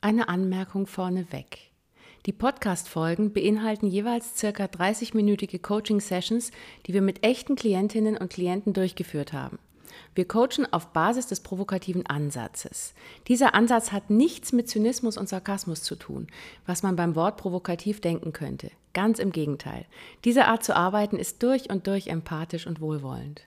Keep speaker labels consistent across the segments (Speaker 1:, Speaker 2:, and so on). Speaker 1: Eine Anmerkung vorneweg. Die Podcast-Folgen beinhalten jeweils circa 30-minütige Coaching-Sessions, die wir mit echten Klientinnen und Klienten durchgeführt haben. Wir coachen auf Basis des provokativen Ansatzes. Dieser Ansatz hat nichts mit Zynismus und Sarkasmus zu tun, was man beim Wort provokativ denken könnte. Ganz im Gegenteil. Diese Art zu arbeiten ist durch und durch empathisch und wohlwollend.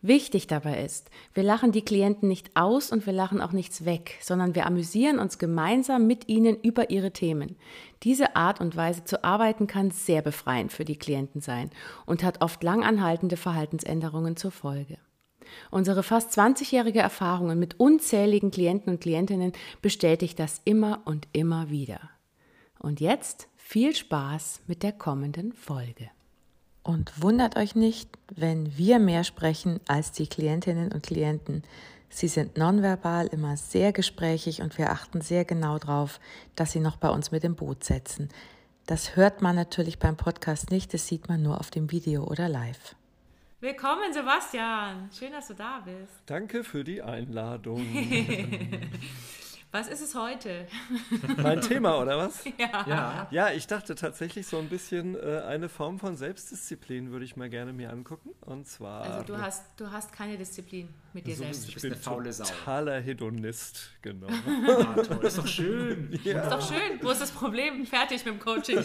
Speaker 1: Wichtig dabei ist, wir lachen die Klienten nicht aus und wir lachen auch nichts weg, sondern wir amüsieren uns gemeinsam mit ihnen über ihre Themen. Diese Art und Weise zu arbeiten kann sehr befreiend für die Klienten sein und hat oft langanhaltende Verhaltensänderungen zur Folge. Unsere fast 20-jährige Erfahrungen mit unzähligen Klienten und Klientinnen bestätigt das immer und immer wieder. Und jetzt viel Spaß mit der kommenden Folge. Und wundert euch nicht, wenn wir mehr sprechen als die Klientinnen und Klienten. Sie sind nonverbal immer sehr gesprächig und wir achten sehr genau darauf, dass sie noch bei uns mit im Boot setzen. Das hört man natürlich beim Podcast nicht, das sieht man nur auf dem Video oder live.
Speaker 2: Willkommen, Sebastian. Schön, dass du da bist.
Speaker 3: Danke für die Einladung.
Speaker 2: Was ist es heute?
Speaker 3: mein Thema, oder was?
Speaker 2: Ja.
Speaker 3: Ja. Ja, ich dachte tatsächlich so ein bisschen äh, eine Form von Selbstdisziplin würde ich mal gerne mir angucken. Und zwar.
Speaker 2: Also du hast, du hast keine Disziplin mit dir
Speaker 3: so,
Speaker 2: selbst.
Speaker 3: ich
Speaker 2: Ist
Speaker 4: eine
Speaker 3: bin
Speaker 4: faule Sau.
Speaker 3: totaler Hedonist, genau.
Speaker 2: Also.
Speaker 4: Ah, toll. Ist doch schön.
Speaker 2: doch schön. Wo ist das Problem? Fertig mit dem Coaching.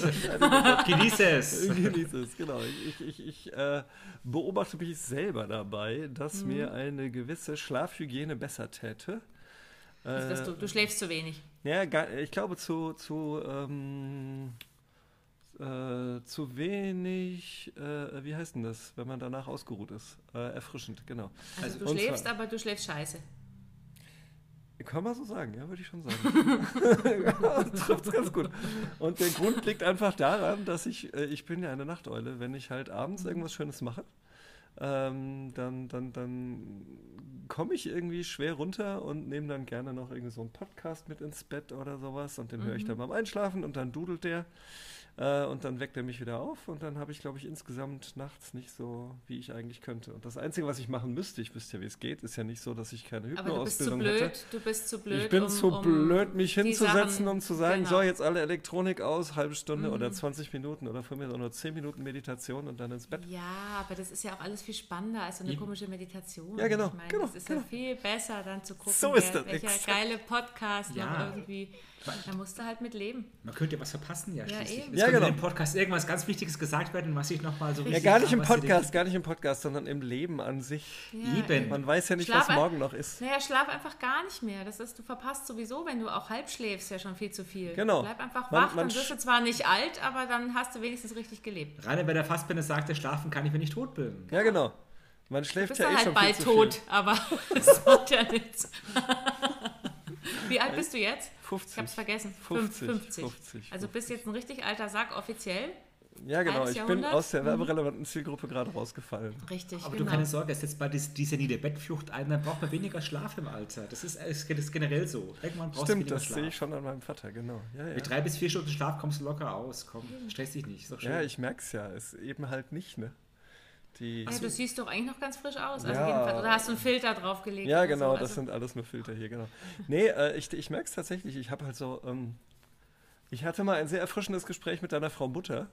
Speaker 4: Genieße es.
Speaker 3: Genieße es, genau. Ich, ich, ich, ich äh, beobachte mich selber dabei, dass
Speaker 2: Mhm.
Speaker 3: mir eine gewisse Schlafhygiene besser täte.
Speaker 2: Also, dass du, du schläfst zu wenig.
Speaker 3: Ja, gar, ich glaube zu zu ähm, äh, zu wenig. Äh, wie heißt denn das, wenn man danach ausgeruht ist? Äh, erfrischend, genau.
Speaker 2: Also, du
Speaker 3: und
Speaker 2: schläfst,
Speaker 3: zwar-
Speaker 2: aber du schläfst scheiße.
Speaker 3: Kann man so sagen, ja, würde ich schon sagen. Trifft ganz gut. Und der Grund liegt einfach daran, dass ich äh, ich bin ja eine Nachteule. Wenn ich halt
Speaker 2: Mhm.
Speaker 3: abends irgendwas Schönes mache, ähm, dann dann dann komme ich irgendwie schwer runter und nehme dann gerne noch irgendwie so einen Podcast mit ins Bett oder sowas und den höre
Speaker 2: Mhm.
Speaker 3: ich dann beim Einschlafen und dann dudelt der. Äh, und dann weckt er mich wieder auf und dann habe ich, glaube ich, insgesamt nachts nicht so, wie ich eigentlich könnte. Und das Einzige, was ich machen müsste, ich wüsste ja, wie es geht, ist ja nicht so, dass ich keine
Speaker 2: Aber du bist zu
Speaker 3: Hypnoausbildung
Speaker 2: blöd.
Speaker 3: hätte.
Speaker 2: Du bist zu blöd.
Speaker 3: ich bin
Speaker 2: um,
Speaker 3: zu
Speaker 2: um
Speaker 3: blöd, mich
Speaker 2: die
Speaker 3: hinzusetzen,
Speaker 2: Sachen-
Speaker 3: um zu sagen,
Speaker 2: genau. Mhm.
Speaker 3: so, jetzt alle Elektronik aus, halbe Stunde oder 20 Minuten oder von mir aus auch nur 10 Minuten Meditation und dann ins Bett.
Speaker 2: Ja, aber das ist ja auch alles viel spannender als so eine komische Meditation.
Speaker 3: Ja, genau,
Speaker 2: Ich meine,
Speaker 3: genau,
Speaker 2: das ist
Speaker 3: genau.
Speaker 2: ja viel besser, dann zu gucken,
Speaker 3: So ist
Speaker 2: wer-
Speaker 3: das,
Speaker 2: welcher
Speaker 3: exakt.
Speaker 2: geile Podcast
Speaker 4: Ja.
Speaker 2: noch irgendwie. Da musst du halt mit leben.
Speaker 4: Man könnte ja was verpassen, ja,
Speaker 2: Ja,
Speaker 4: schließlich.
Speaker 2: eben.
Speaker 4: Es
Speaker 3: Ja,
Speaker 4: könnte
Speaker 3: genau.
Speaker 4: in dem Podcast irgendwas ganz Wichtiges gesagt werden, was ich nochmal so
Speaker 3: Ja,
Speaker 4: richtig
Speaker 3: gar nicht im
Speaker 4: was sie
Speaker 3: Podcast, gar nicht im Podcast, sondern im Leben an sich.
Speaker 2: Ja,
Speaker 4: Eben.
Speaker 3: Man weiß ja nicht,
Speaker 2: Schlaf
Speaker 3: was
Speaker 2: ein-
Speaker 3: morgen noch ist.
Speaker 2: Naja, schlaf einfach gar nicht mehr. Das ist, du verpasst sowieso, wenn du auch halb schläfst, ja schon viel zu viel.
Speaker 3: Genau.
Speaker 2: Bleib einfach
Speaker 3: Man-
Speaker 2: wach,
Speaker 3: man
Speaker 2: dann wirst du
Speaker 3: sch-
Speaker 2: zwar nicht alt, aber dann hast du wenigstens richtig gelebt.
Speaker 4: den- Rainer Werner Fassbinder sagte, schlafen kann ich, wenn ich tot bin.
Speaker 3: Ja, genau. Man
Speaker 2: Du
Speaker 3: schläft
Speaker 2: bist
Speaker 3: ja
Speaker 2: dann
Speaker 3: eh
Speaker 2: halt
Speaker 3: schon
Speaker 2: bald
Speaker 3: viel
Speaker 2: tot,
Speaker 3: Zu viel.
Speaker 2: aber das macht ja nichts. Wie alt bist du jetzt?
Speaker 3: 50.
Speaker 2: Ich hab's vergessen.
Speaker 3: 50,
Speaker 2: 50.
Speaker 3: 50,
Speaker 2: Also bist jetzt ein richtig alter Sack offiziell.
Speaker 3: Ja, genau.
Speaker 2: halbes
Speaker 3: Ich bin
Speaker 2: Jahrhundert. Mhm.
Speaker 3: aus der werberelevanten Zielgruppe gerade rausgefallen.
Speaker 2: Richtig,
Speaker 4: Aber
Speaker 2: genau.
Speaker 4: du, keine Sorge, es setzt bald dies- diese Niederbettflucht ein, dann braucht man weniger Schlaf im Alter. Das ist, es geht- ist generell so. Irgendwann brauchst
Speaker 3: Stimmt,
Speaker 4: du weniger
Speaker 3: das sehe ich
Speaker 4: Schlaf.
Speaker 3: schon an meinem Vater, genau. Ja, ja.
Speaker 4: Mit drei bis vier Stunden Schlaf kommst du locker aus. Komm, stress dich nicht. Ist doch schön.
Speaker 3: ja ich merk's ja. Ist eben halt nicht, ne? Die,
Speaker 2: ja, Ah, du siehst doch eigentlich noch ganz frisch aus. Also
Speaker 3: Ja.
Speaker 2: jedenfalls, oder hast du einen Filter draufgelegt?
Speaker 3: Ja,
Speaker 2: oder
Speaker 3: genau,
Speaker 2: so.
Speaker 3: das sind alles nur Filter hier, genau. Nee, äh, ich, ich merke es tatsächlich. Ich habe halt so, ähm, ich hatte mal ein sehr erfrischendes Gespräch mit deiner Frau Mutter,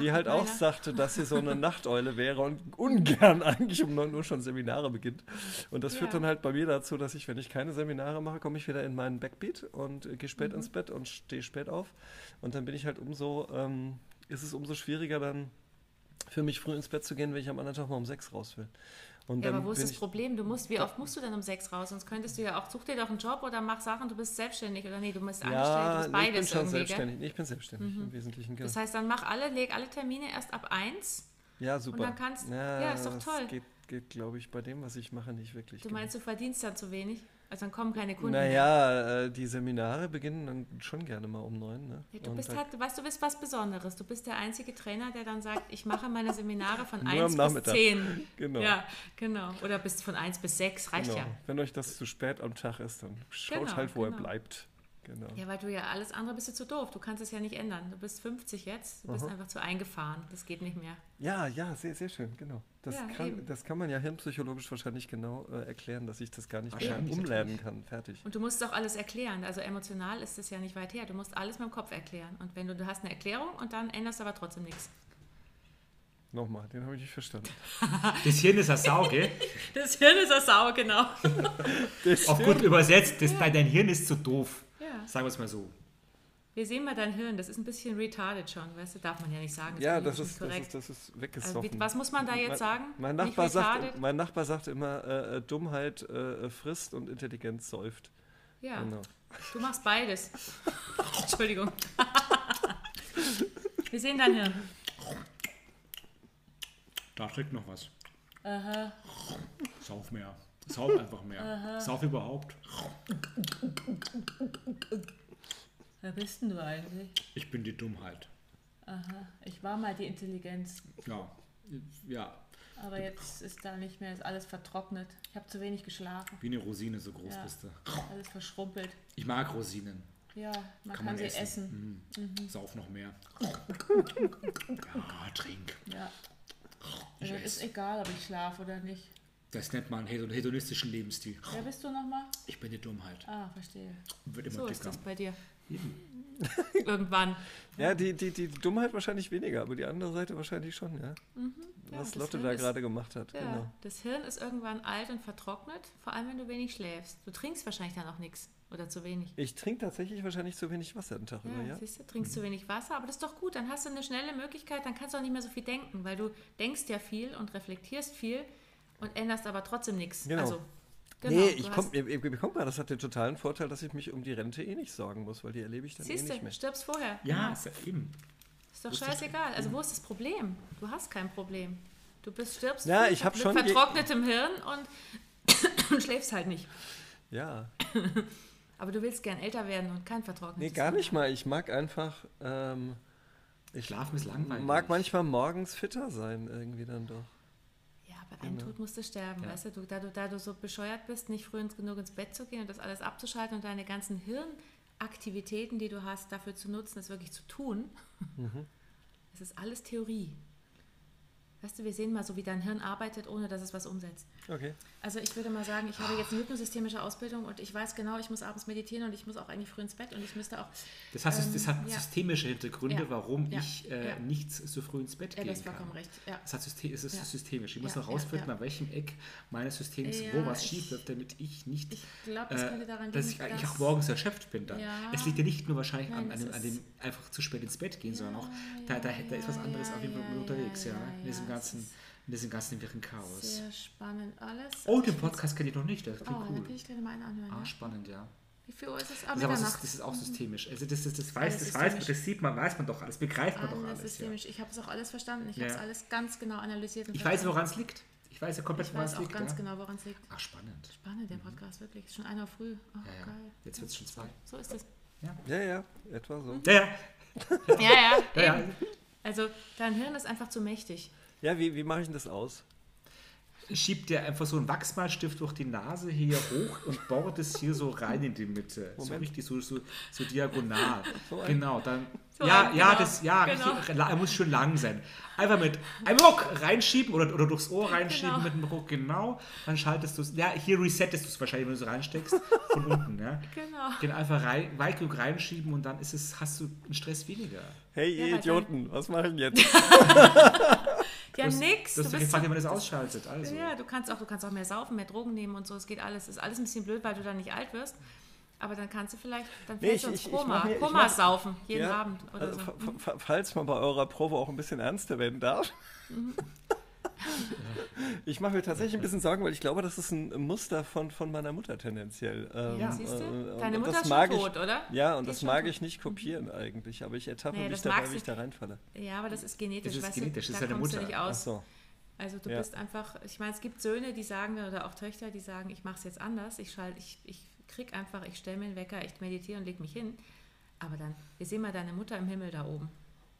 Speaker 3: die
Speaker 2: Ach,
Speaker 3: halt
Speaker 2: Neuler.
Speaker 3: auch sagte, dass sie so eine Nachteule wäre und ungern eigentlich um 9 Uhr schon Seminare beginnt. Und das führt
Speaker 2: Ja.
Speaker 3: dann halt bei mir dazu, dass ich, wenn ich keine Seminare mache, komme ich wieder in meinen Backbeat und äh, gehe spät
Speaker 2: Mhm.
Speaker 3: ins Bett und stehe spät auf. Und dann bin ich halt umso, ähm, ist es umso schwieriger dann für mich früh ins Bett zu gehen, wenn ich am anderen Tag mal um sechs raus will. Und
Speaker 2: Ja,
Speaker 3: dann
Speaker 2: aber wo ist
Speaker 3: bin
Speaker 2: das
Speaker 3: ich-
Speaker 2: Problem? Du musst, wie oft musst du denn um sechs raus? Sonst könntest du ja auch, such dir doch einen Job oder mach Sachen, du bist selbstständig oder nee, du bist angestellt, du bist
Speaker 3: nee,
Speaker 2: beides
Speaker 3: ich bin schon
Speaker 2: irgendwie,
Speaker 3: selbstständig. Nee, ich bin selbstständig im Wesentlichen. Genau.
Speaker 2: Gell? Das heißt, dann mach alle, leg alle Termine erst ab eins.
Speaker 3: ja, super.
Speaker 2: dann kannst- ja, ist doch
Speaker 3: das
Speaker 2: toll.
Speaker 3: geht, geht glaube ich, bei dem, was ich mache, nicht wirklich.
Speaker 2: Du
Speaker 3: genau.
Speaker 2: meinst, du verdienst dann zu wenig? Also dann kommen keine Kunden.
Speaker 3: Naja, äh, die Seminare beginnen dann schon gerne mal um neun. Ne?
Speaker 2: Ja, du
Speaker 3: Und
Speaker 2: bist
Speaker 3: dann-
Speaker 2: halt, weißt du, bist was Besonderes. Du bist der einzige Trainer, der dann sagt, ich mache meine Seminare von
Speaker 3: Nur am
Speaker 2: 1 bis
Speaker 3: Nachmittag.
Speaker 2: 10.
Speaker 3: Genau.
Speaker 2: Ja, genau. Oder bis von 1 bis 6 reicht
Speaker 3: genau.
Speaker 2: ja.
Speaker 3: Wenn euch das zu spät am Tag ist, dann schaut
Speaker 2: Genau,
Speaker 3: halt, wo er
Speaker 2: genau.
Speaker 3: bleibt. Genau.
Speaker 2: Ja, weil du ja alles andere bist du zu doof. Du kannst es ja nicht ändern. Du bist 50 jetzt. Du bist
Speaker 3: Mhm.
Speaker 2: einfach zu eingefahren. Das geht nicht mehr.
Speaker 3: Ja, ja, sehr, sehr schön, genau. Das,
Speaker 2: Ja,
Speaker 3: kann,
Speaker 2: eben.
Speaker 3: das kann man ja hirnpsychologisch wahrscheinlich genau äh, erklären, dass ich das gar nicht mehr
Speaker 4: Wahrscheinlich,
Speaker 3: umlernen kann. Fertig.
Speaker 2: Und du musst es auch alles erklären. Also emotional ist es ja nicht weit her. Du musst alles mit dem Kopf erklären. Und wenn du, du hast eine Erklärung und dann änderst du aber trotzdem nichts.
Speaker 3: Nochmal, den habe ich nicht verstanden.
Speaker 4: Das Hirn ist eine Sau, gell?
Speaker 2: Das Hirn ist eine Sau, genau.
Speaker 4: Auf gut übersetzt, das, dein dein Hirn ist zu doof.
Speaker 2: Ja.
Speaker 4: Sagen wir es mal so.
Speaker 2: Wir sehen mal dein Hirn. Das ist ein bisschen retarded schon. Weißt du, darf man ja nicht sagen.
Speaker 3: Ja,
Speaker 2: finde ich
Speaker 3: das ist,
Speaker 2: nicht
Speaker 3: das ist, das ist weggesoffen.
Speaker 2: Also wie- was muss man da jetzt
Speaker 3: Mein-
Speaker 2: sagen?
Speaker 3: Mein
Speaker 2: Nicht
Speaker 3: Nachbar, sagt,
Speaker 2: retarded?
Speaker 3: mein Nachbar sagt immer, äh, äh, Dummheit äh, äh, frisst und Intelligenz säuft.
Speaker 2: Ja,
Speaker 3: Genau.
Speaker 2: du machst beides. Entschuldigung. Wir sehen dein Hirn.
Speaker 4: Da steckt noch was. Sauf mehr. Sauf einfach mehr. Sauf überhaupt.
Speaker 2: Wer bist denn du eigentlich?
Speaker 4: Ich bin die Dummheit.
Speaker 2: Ich war mal die Intelligenz,
Speaker 4: Ja. Ja.
Speaker 2: aber jetzt ist da nicht mehr, ist alles vertrocknet. Ich habe zu wenig geschlafen,
Speaker 4: Wie eine Rosine, so groß
Speaker 2: Ja.
Speaker 4: bist du.
Speaker 2: alles verschrumpelt.
Speaker 4: Ich mag Rosinen.
Speaker 2: Ja,
Speaker 4: Kann
Speaker 2: man kann,
Speaker 4: man
Speaker 2: sie
Speaker 4: essen.
Speaker 2: essen.
Speaker 3: Mhm.
Speaker 4: Sauf noch mehr. Ja, trink.
Speaker 2: Ja.
Speaker 4: Ich
Speaker 2: Also ist
Speaker 4: esse.
Speaker 2: egal, ob ich schlafe oder nicht.
Speaker 4: Das nennt man hedon- hedonistischen Lebensstil.
Speaker 2: Wer bist du nochmal?
Speaker 4: Ich bin die Dummheit.
Speaker 2: Ah, verstehe.
Speaker 4: Wird immer
Speaker 2: So ist
Speaker 4: dicker.
Speaker 2: das bei dir. Irgendwann.
Speaker 3: Ja, die, die, die Dummheit wahrscheinlich weniger, aber die andere Seite wahrscheinlich schon, ja.
Speaker 2: ja,
Speaker 3: Was
Speaker 2: das
Speaker 3: Lotte
Speaker 2: Hirn
Speaker 3: da
Speaker 2: ist-
Speaker 3: gerade gemacht hat,
Speaker 2: Ja,
Speaker 3: genau.
Speaker 2: das Hirn ist irgendwann alt und vertrocknet, vor allem wenn du wenig schläfst. Du trinkst wahrscheinlich dann auch nichts oder zu wenig.
Speaker 3: Ich trinke tatsächlich wahrscheinlich zu wenig Wasser den Tag über,
Speaker 2: Ja,
Speaker 3: ja? Mhm.
Speaker 2: siehst du, trinkst zu wenig Wasser, aber das ist doch gut, dann hast du eine schnelle Möglichkeit, dann kannst du auch nicht mehr so viel denken, weil du denkst ja viel und reflektierst viel und änderst aber trotzdem nichts.
Speaker 3: Genau.
Speaker 2: Also,
Speaker 3: nee,
Speaker 2: du
Speaker 3: ich
Speaker 2: hast-
Speaker 3: komm, mir, mir mir kommt gerade, das hat den totalen Vorteil, dass ich mich um die Rente eh nicht sorgen muss, weil die erlebe ich dann
Speaker 2: Siehst
Speaker 3: eh
Speaker 2: du,
Speaker 3: nicht mehr.
Speaker 2: stirbst vorher.
Speaker 4: Ja, ist ja eben.
Speaker 2: Ist doch scheißegal.
Speaker 3: Mhm.
Speaker 2: Also wo ist das Problem? Du hast kein Problem. Du bist stirbst
Speaker 3: Ja,
Speaker 2: früh
Speaker 3: ich hab
Speaker 2: mit
Speaker 3: schon je-
Speaker 2: vertrocknetem Hirn und, und schläfst halt nicht.
Speaker 3: Ja,
Speaker 2: Aber du willst gern älter werden und kein vertrocknetes
Speaker 3: nee, gar
Speaker 2: Hirn.
Speaker 3: nicht mal. Ich mag einfach, ähm,
Speaker 4: Schlafen ist langweilig.
Speaker 3: mag manchmal morgens fitter sein irgendwie dann doch.
Speaker 2: Ja, bei einem
Speaker 4: Genau.
Speaker 2: Tod musst du sterben, weißt du? du da, du, da du so bescheuert bist, nicht früh ins- genug ins Bett zu gehen und das alles abzuschalten und deine ganzen Hirnaktivitäten, die du hast, dafür zu nutzen, das wirklich zu tun.
Speaker 4: Mhm.
Speaker 2: Es ist alles Theorie. Weißt du, wir sehen mal so, wie dein Hirn arbeitet, ohne dass es was umsetzt.
Speaker 3: Okay.
Speaker 2: Also ich würde mal sagen, ich habe jetzt eine hypnosystemische Ausbildung und ich weiß genau, ich muss abends meditieren und ich muss auch eigentlich früh ins Bett und ich müsste auch...
Speaker 4: Das, heißt, das hat
Speaker 2: Ähm, ja.
Speaker 4: systemische Hintergründe,
Speaker 2: Ja.
Speaker 4: warum
Speaker 2: Ja.
Speaker 4: ich äh,
Speaker 2: Ja.
Speaker 4: nicht so früh ins Bett
Speaker 2: Ja,
Speaker 4: gehen
Speaker 2: du hast vollkommen
Speaker 4: kann.
Speaker 2: recht. Ja.
Speaker 4: Es, hat System, es ist
Speaker 2: Ja.
Speaker 4: systemisch. Ich muss
Speaker 2: Ja,
Speaker 4: noch
Speaker 2: ja,
Speaker 4: rausfinden,
Speaker 2: ja.
Speaker 4: an welchem Eck meines Systems
Speaker 2: Ja,
Speaker 4: wo was
Speaker 2: ich-
Speaker 4: schief läuft, damit ich nicht. äh,
Speaker 2: ich glaub, das könnte daran
Speaker 4: dass
Speaker 2: liegen,
Speaker 4: ich eigentlich
Speaker 2: dass-
Speaker 4: auch morgens erschöpft bin dann.
Speaker 2: Ja.
Speaker 4: Es liegt ja nicht nur wahrscheinlich an,
Speaker 2: Nein,
Speaker 4: an,
Speaker 2: es
Speaker 4: dem, an dem
Speaker 2: ist-
Speaker 4: einfach zu spät ins Bett gehen, sondern auch da, da, da ist was
Speaker 2: ja,
Speaker 4: anderes auf jeden Fall
Speaker 2: ja,
Speaker 4: mit unterwegs, ja,
Speaker 2: ja,
Speaker 4: in
Speaker 2: ja,
Speaker 4: diesem
Speaker 2: es
Speaker 4: ganzen,
Speaker 2: ist-
Speaker 4: in diesem ganzen wirren Chaos.
Speaker 2: Sehr spannend alles.
Speaker 4: Oh, den Podcast kenne ich noch nicht. Das klingt
Speaker 2: Oh, dann
Speaker 4: cool.
Speaker 2: kann ich gleich mal einen anhören.
Speaker 4: Ah,
Speaker 2: Ja.
Speaker 4: spannend, ja.
Speaker 2: Wie viel Uhr ist es? Ah,
Speaker 4: Also, aber das,
Speaker 2: Mitternacht.
Speaker 4: ist, das ist auch systemisch. Also das, das, das weiß,
Speaker 2: Alles
Speaker 4: das weiß,
Speaker 2: systemisch.
Speaker 4: das sieht man, weiß man doch alles, begreift man doch
Speaker 2: Alles
Speaker 4: alles. Ja.
Speaker 2: systemisch. Ich habe es auch alles verstanden. Ich
Speaker 4: Ja.
Speaker 2: habe es alles ganz genau analysiert. Und
Speaker 4: Ich weiß,
Speaker 2: verstanden.
Speaker 4: woran es liegt. Ich weiß ja komplett,
Speaker 2: ich
Speaker 4: woran es
Speaker 2: weiß auch
Speaker 4: liegt. ne?
Speaker 2: ganz
Speaker 4: ja.
Speaker 2: genau, woran es liegt.
Speaker 4: Ach, spannend.
Speaker 2: Spannend, der Podcast wirklich. Ist schon einer früh. Oh,
Speaker 4: Ja, ja.
Speaker 2: geil.
Speaker 4: Jetzt wird es schon zwei.
Speaker 2: So ist es.
Speaker 3: Ja, ja, etwa so.
Speaker 2: Hm.
Speaker 4: Ja, ja.
Speaker 2: Ja, ja.
Speaker 4: ja, ja.
Speaker 2: Also, dein Hirn ist einfach zu mächtig.
Speaker 3: Ja, wie, wie mache ich denn das aus?
Speaker 4: Schiebt dir einfach so einen Wachsmalstift durch die Nase hier hoch und bohrt es hier so rein in die Mitte. So
Speaker 3: Moment.
Speaker 4: richtig, so, so, so diagonal.
Speaker 3: ein-
Speaker 4: genau, dann.
Speaker 2: So
Speaker 4: ja,
Speaker 2: ein-
Speaker 4: ja,
Speaker 2: genau.
Speaker 4: das, ja,
Speaker 2: Genau.
Speaker 4: richtig, la- er muss schön lang sein. Einfach mit einem Ruck reinschieben oder, oder durchs Ohr reinschieben
Speaker 2: Genau.
Speaker 4: mit einem Ruck, genau. Dann schaltest du es. Ja, hier resettest du es wahrscheinlich, wenn du so reinsteckst. Von unten, ja.
Speaker 2: Genau.
Speaker 4: Den einfach rein, weit genug reinschieben und dann ist es, hast du einen Stress weniger.
Speaker 3: Hey,
Speaker 2: Ja,
Speaker 3: ihr
Speaker 2: weil dann-
Speaker 3: Idioten, was mache ich denn jetzt?
Speaker 2: Ja,
Speaker 4: Das
Speaker 2: nix. Du
Speaker 4: ist doch
Speaker 2: bist
Speaker 4: gefragt, wenn
Speaker 2: so,
Speaker 4: man das ausschaltet. Also.
Speaker 2: ja, du kannst auch, du kannst auch mehr saufen, mehr Drogen nehmen und so. Es geht alles. Ist alles ein bisschen blöd, weil du dann nicht alt wirst. Aber dann kannst du vielleicht, dann
Speaker 3: Nee,
Speaker 2: fällst
Speaker 3: ich-
Speaker 2: du ins
Speaker 3: ich- ich
Speaker 2: Koma.
Speaker 3: mach mir- ich
Speaker 2: Koma
Speaker 3: mach-
Speaker 2: saufen, jeden
Speaker 3: Ja,
Speaker 2: Abend oder
Speaker 3: also,
Speaker 2: so.
Speaker 3: fa- fa- fa- Falls man bei eurer Probe auch ein bisschen ernster werden darf.
Speaker 2: Mhm.
Speaker 3: Ich mache mir tatsächlich ein bisschen Sorgen, weil ich glaube, das ist ein Muster von, von meiner Mutter tendenziell. Ähm,
Speaker 4: Ja.
Speaker 2: Siehst
Speaker 3: äh,
Speaker 2: du?
Speaker 3: und
Speaker 2: Deine Mutter
Speaker 3: das
Speaker 2: ist schon
Speaker 3: mag
Speaker 2: tot,
Speaker 3: ich,
Speaker 2: oder?
Speaker 3: Ja, und
Speaker 2: Die ist
Speaker 3: das
Speaker 2: schon
Speaker 3: mag
Speaker 2: tot. Mhm.
Speaker 3: ich nicht kopieren eigentlich, aber ich ertappe
Speaker 2: Nee,
Speaker 3: mich
Speaker 2: das
Speaker 3: dabei,
Speaker 2: magst
Speaker 3: wie ich
Speaker 2: du-
Speaker 3: da reinfalle.
Speaker 2: Ja, aber das ist genetisch,
Speaker 4: Das ist
Speaker 2: weißt
Speaker 4: genetisch,
Speaker 2: du,
Speaker 4: das
Speaker 2: da
Speaker 4: ist deine
Speaker 2: kommst du
Speaker 4: Mutter.
Speaker 2: nicht
Speaker 3: Ach
Speaker 2: aus.
Speaker 3: so.
Speaker 2: Also du
Speaker 3: Ja.
Speaker 2: bist einfach, ich meine, es gibt Söhne, die sagen dann, oder auch Töchter, die sagen, ich mache es jetzt anders, ich schalte, ich, ich krieg einfach, ich stelle mir einen Wecker, ich meditiere und leg mich hin. Aber dann, wir sehen mal deine Mutter im Himmel da oben.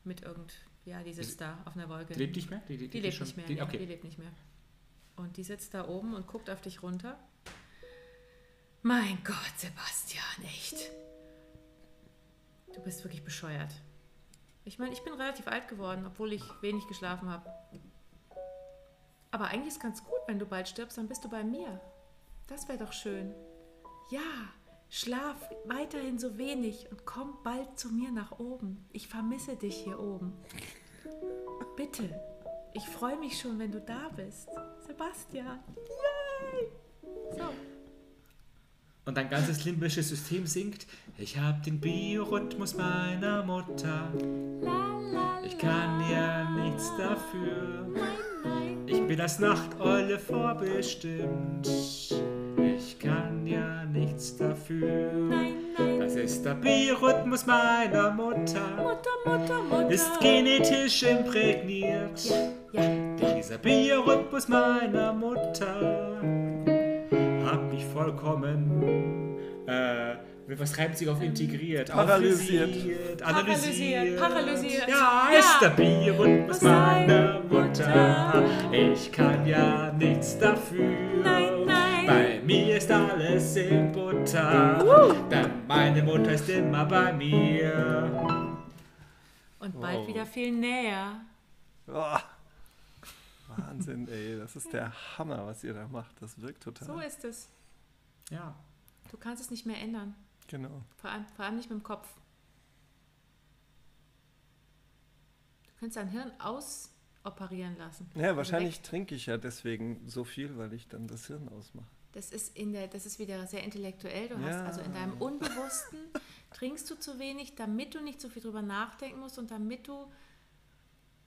Speaker 2: Mit irgend, ja, die sitzt da auf einer Wolke.
Speaker 4: Die lebt nicht mehr? Die, die-
Speaker 2: Die
Speaker 4: die
Speaker 2: lebt
Speaker 4: schon-
Speaker 2: nicht mehr.
Speaker 4: Die,
Speaker 2: nee,
Speaker 4: okay.
Speaker 2: Die lebt nicht mehr. Und die sitzt da oben und guckt auf dich runter. Mein Gott, Sebastian, echt. Du bist wirklich bescheuert. Ich meine, ich bin relativ alt geworden, obwohl ich wenig geschlafen habe. Aber eigentlich ist ganz gut, wenn du bald stirbst, dann bist du bei mir. Das wäre doch schön. Ja, schlaf weiterhin so wenig und komm bald zu mir nach oben. Ich vermisse dich hier oben. Bitte. Ich freue mich schon, wenn du da bist. Sebastian. Yay! So.
Speaker 4: Und dein ganzes limbisches System singt: Ich hab den Biorhythmus meiner Mutter. Ich kann ja nichts dafür. Ich bin als Nachteule vorbestimmt. Ich kann ja nichts dafür. Das ist der Biorhythmus meiner Mutter.
Speaker 2: Mutter, Mutter, Mutter.
Speaker 4: Ist genetisch imprägniert.
Speaker 2: ja,
Speaker 4: Dieser Biorhythmus meiner Mutter hat mich vollkommen. Äh, was reimt sich auf integriert?
Speaker 3: Paralysiert.
Speaker 4: Aufrisiert, Analysiert.
Speaker 2: Paralysiert, paralysiert.
Speaker 4: Ja,
Speaker 2: Ja.
Speaker 4: ist der Biorhythmus
Speaker 2: Was
Speaker 4: meiner
Speaker 2: sein
Speaker 4: Mutter. Ich kann ja nichts dafür.
Speaker 2: Nein, nein.
Speaker 4: Bei mir ist alles in Butter. Denn meine Mutter ist immer bei mir.
Speaker 2: Und bald wieder viel näher.
Speaker 3: Oh. Wahnsinn, ey. Das ist der Hammer, was ihr da macht. Das wirkt total.
Speaker 2: So ist es.
Speaker 4: Ja.
Speaker 2: Du kannst es nicht mehr ändern.
Speaker 3: Genau.
Speaker 2: Vor allem, vor allem nicht mit dem Kopf. Du kannst dein Hirn ausoperieren lassen.
Speaker 3: Ja,
Speaker 2: Also
Speaker 3: wahrscheinlich
Speaker 2: weg.
Speaker 3: trinke ich ja deswegen so viel, weil ich dann das Hirn ausmache.
Speaker 2: Das ist, in der, das ist wieder sehr intellektuell. Du
Speaker 3: Ja.
Speaker 2: hast also in deinem Unbewussten trinkst du zu wenig, damit du nicht so viel drüber nachdenken musst und damit du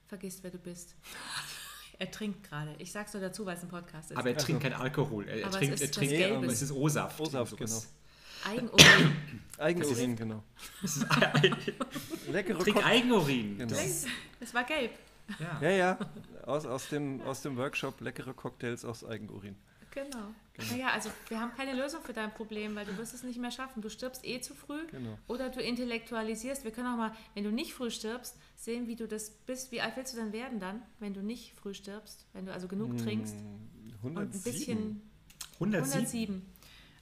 Speaker 2: vergisst, wer du bist. er trinkt gerade. Ich sag's nur dazu, weil es ein Podcast ist.
Speaker 4: Aber
Speaker 3: also
Speaker 4: er trinkt kein Alkohol. Er, er
Speaker 2: Aber es
Speaker 4: trinkt,
Speaker 2: ist
Speaker 4: er
Speaker 2: was
Speaker 4: trinkt,
Speaker 2: Gelbes.
Speaker 4: es ist O-Saft.
Speaker 3: O-Saft,
Speaker 4: Sowas.
Speaker 3: genau.
Speaker 2: Eigenurin.
Speaker 3: Eigenurin, genau. Leckere
Speaker 4: Trink
Speaker 3: Kot-
Speaker 4: Eigenurin.
Speaker 3: Oh Genau.
Speaker 4: Das-
Speaker 2: Es war gelb.
Speaker 4: Ja.
Speaker 3: Ja, ja. Aus, aus, dem, aus dem Workshop leckere Cocktails aus Eigenurin.
Speaker 2: Genau. Naja, also wir haben keine Lösung für dein Problem, weil du wirst es nicht mehr schaffen. Du stirbst eh zu früh
Speaker 3: Genau.
Speaker 2: oder du intellektualisierst. Wir können auch mal, wenn du nicht früh stirbst, sehen, wie du das bist. Wie alt willst du denn werden dann, wenn du nicht früh stirbst? Wenn du also genug trinkst und
Speaker 3: 107.
Speaker 2: ein bisschen
Speaker 4: 107.
Speaker 2: 107.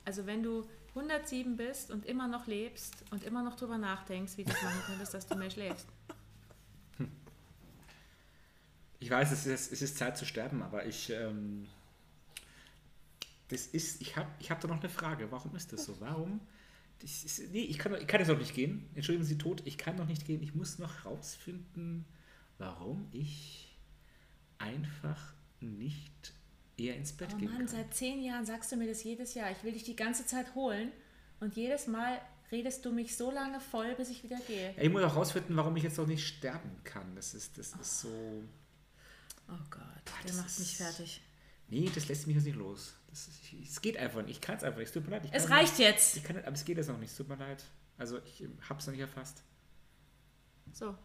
Speaker 2: Also wenn du 107 bist und immer noch lebst und immer noch drüber nachdenkst, wie du es machen könntest, dass du mehr schläfst.
Speaker 4: Ich weiß, es ist, es ist Zeit zu sterben, aber ich. Ähm, das ist. Ich habe ich hab da noch eine Frage. Warum ist das so? Warum? Das ist, nee, ich kann, doch- ich kann jetzt noch nicht gehen. Entschuldigen Sie, tot. Ich kann noch nicht gehen. Ich muss noch rausfinden, warum ich einfach nicht eher ins Bett
Speaker 2: Oh
Speaker 4: gehen
Speaker 2: Mann,
Speaker 4: kann.
Speaker 2: seit zehn Jahren sagst du mir das jedes Jahr. Ich will dich die ganze Zeit holen und jedes Mal redest du mich so lange voll, bis ich wieder gehe.
Speaker 4: Ja, ich muss auch rausfinden, warum ich jetzt noch nicht sterben kann. Das ist, das ist so.
Speaker 2: Oh Gott, der
Speaker 4: das
Speaker 2: macht
Speaker 4: ist-
Speaker 2: mich fertig.
Speaker 4: Nee, das lässt mich jetzt nicht los. Das ist, ich, es geht einfach nicht. Ich kann es einfach nicht. Es tut mir leid. Ich
Speaker 2: Es
Speaker 4: kann-
Speaker 2: reicht jetzt.
Speaker 4: Ich kann, aber es geht jetzt noch nicht. Es tut mir leid. Also ich ähm, hab's noch nicht erfasst.
Speaker 2: So,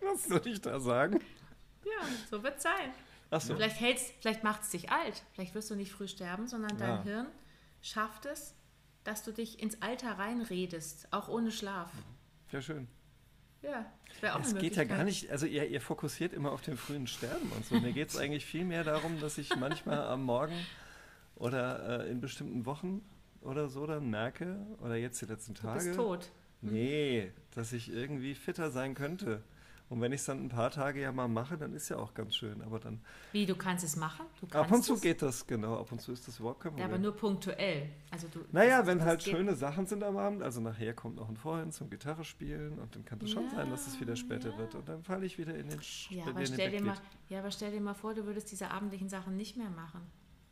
Speaker 3: Was soll ich da sagen?
Speaker 2: ja, so wird's sein.
Speaker 3: Achso.
Speaker 2: Vielleicht hältst, vielleicht macht's dich alt. Vielleicht wirst du nicht früh sterben, sondern dein
Speaker 3: Ja.
Speaker 2: Hirn schafft es, dass du dich ins Alter reinredest, auch ohne Schlaf.
Speaker 3: Ja, schön.
Speaker 2: Ja, das wäre auch
Speaker 3: Es
Speaker 2: eine
Speaker 3: geht ja
Speaker 2: Möglichkeit.
Speaker 3: gar nicht, also ihr, ihr fokussiert immer auf den frühen Sterben und so. Mir geht es eigentlich viel mehr darum, dass ich manchmal am Morgen oder äh, in bestimmten Wochen oder so dann merke, oder jetzt die letzten
Speaker 2: Du
Speaker 3: Tage,
Speaker 2: bist tot.
Speaker 3: nee, dass ich irgendwie fitter sein könnte. Und wenn ich es dann ein paar Tage ja mal mache, dann ist ja auch ganz schön. Aber dann
Speaker 2: Wie, du kannst es machen? Du kannst
Speaker 3: ab und zu
Speaker 2: es?
Speaker 3: geht das, genau, ab und zu ist das überhaupt kein
Speaker 2: Ja,
Speaker 3: Problem.
Speaker 2: aber nur punktuell. Also du,
Speaker 3: naja,
Speaker 2: das-
Speaker 3: wenn
Speaker 2: das
Speaker 3: halt
Speaker 2: geht-
Speaker 3: schöne Sachen sind am Abend, also nachher kommt noch ein Freund zum Gitarre spielen und dann kann es schon sein, dass es wieder später wird und dann falle ich wieder in den Sch
Speaker 2: Ja
Speaker 3: in
Speaker 2: aber,
Speaker 3: den
Speaker 2: stell dir
Speaker 3: Backbeat.
Speaker 2: mal, ja, aber stell dir mal vor, du würdest diese abendlichen Sachen nicht mehr machen.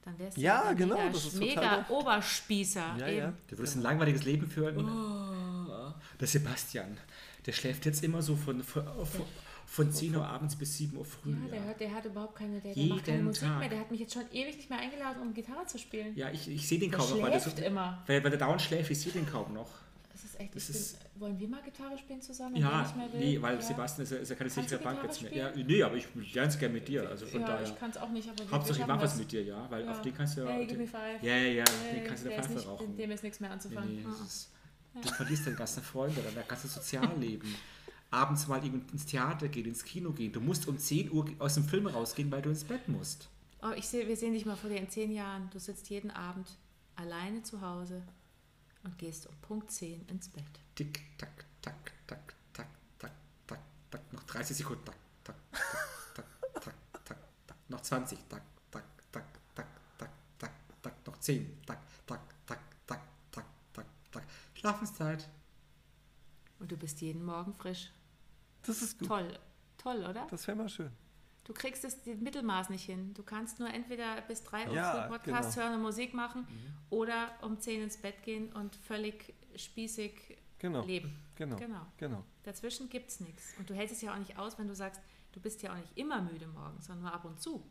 Speaker 2: Dann wärst du
Speaker 3: Ja,
Speaker 2: aber
Speaker 3: genau,
Speaker 2: mega,
Speaker 3: das ist total
Speaker 2: mega
Speaker 3: doof.
Speaker 2: Oberspießer.
Speaker 3: Ja,
Speaker 2: eben.
Speaker 3: ja.
Speaker 4: Du würdest ein langweiliges Leben führen.
Speaker 2: Oh.
Speaker 4: Der Sebastian, der schläft jetzt immer so von, von, von, von 10 Uhr abends bis 7 Uhr früh.
Speaker 2: Ja,
Speaker 4: Ja,
Speaker 2: der, hört, der hat überhaupt keine, der, der macht keine
Speaker 4: Jeden
Speaker 2: Musik
Speaker 4: Tag.
Speaker 2: mehr. Der hat mich jetzt schon ewig nicht mehr eingeladen, um Gitarre zu spielen.
Speaker 4: ja ich, ich sehe den
Speaker 2: Der
Speaker 4: kaum noch. Weil der, so,
Speaker 2: schläft immer.
Speaker 4: weil, weil der dauernd schläft, ich sehe den kaum noch.
Speaker 2: Das ist echt,
Speaker 4: Das
Speaker 2: ich
Speaker 4: ist-
Speaker 2: bin, wollen wir mal Gitarre spielen zusammen? wenn der
Speaker 4: Ja,
Speaker 2: nicht mehr will?
Speaker 4: nee, weil
Speaker 2: Ja.
Speaker 4: Sebastian ist ja, ist ja keine
Speaker 2: Kannst du
Speaker 4: sichere Bank
Speaker 2: Gitarre
Speaker 4: jetzt mehr. Ja, nee, aber ich lerne es gerne mit dir. Also von
Speaker 2: ja, ich
Speaker 4: daher.
Speaker 2: kann es auch nicht, aber wir- wir
Speaker 4: Hauptsache ich
Speaker 2: schaffen
Speaker 4: mache was
Speaker 2: das.
Speaker 4: mit dir, ja, weil
Speaker 2: Ja.
Speaker 4: auf den kannst du ja.
Speaker 2: Ey, gib
Speaker 4: den,
Speaker 2: mir five.
Speaker 4: ja, ja, ja,
Speaker 2: Ey,
Speaker 4: den kannst du
Speaker 2: Äh, der
Speaker 4: der
Speaker 2: ist
Speaker 4: Pfeife
Speaker 2: nicht,
Speaker 4: rauchen.
Speaker 2: Dem ist nichts mehr anzufangen.
Speaker 4: Nee, nee,
Speaker 2: Ah,
Speaker 4: das ist, du verlierst deine ganzen Freunde, dein ganzes Sozialleben. Abends mal eben ins Theater gehen, ins Kino gehen. Du musst um 10 Uhr aus dem Film rausgehen, weil du ins Bett musst.
Speaker 2: ah. Oh, ich seh, wir sehen dich mal vor dir in zehn Jahren. Du sitzt jeden Abend alleine zu Hause und gehst um Punkt 10 ins Bett.
Speaker 4: Tick, tack, tack, tack, tack, tack, tack, tack. Noch 30 Sekunden. Tack, tack, tack, tack, tack, tack, tack. Noch 20. Tack, tack, tack, tack, tack, tack, tack. Noch 10. Tack, tack, tack, tack, tack, tack, tack. Schlafenszeit.
Speaker 2: Und du bist jeden Morgen frisch.
Speaker 3: Das ist gut.
Speaker 2: Toll. Toll, oder?
Speaker 3: Das wäre mal schön.
Speaker 2: Du kriegst das das Mittelmaß nicht hin. Du kannst nur entweder bis drei Uhr
Speaker 3: Ja,
Speaker 2: früh Podcast
Speaker 3: genau.
Speaker 2: hören und Musik machen
Speaker 4: Mhm.
Speaker 2: oder um zehn ins Bett gehen und völlig spießig
Speaker 3: Genau.
Speaker 2: leben.
Speaker 3: Genau.
Speaker 2: Genau.
Speaker 3: Genau.
Speaker 2: Dazwischen gibt es nichts. Und du hältst es ja auch nicht aus, wenn du sagst, du bist ja auch nicht immer müde morgens, sondern nur ab und zu.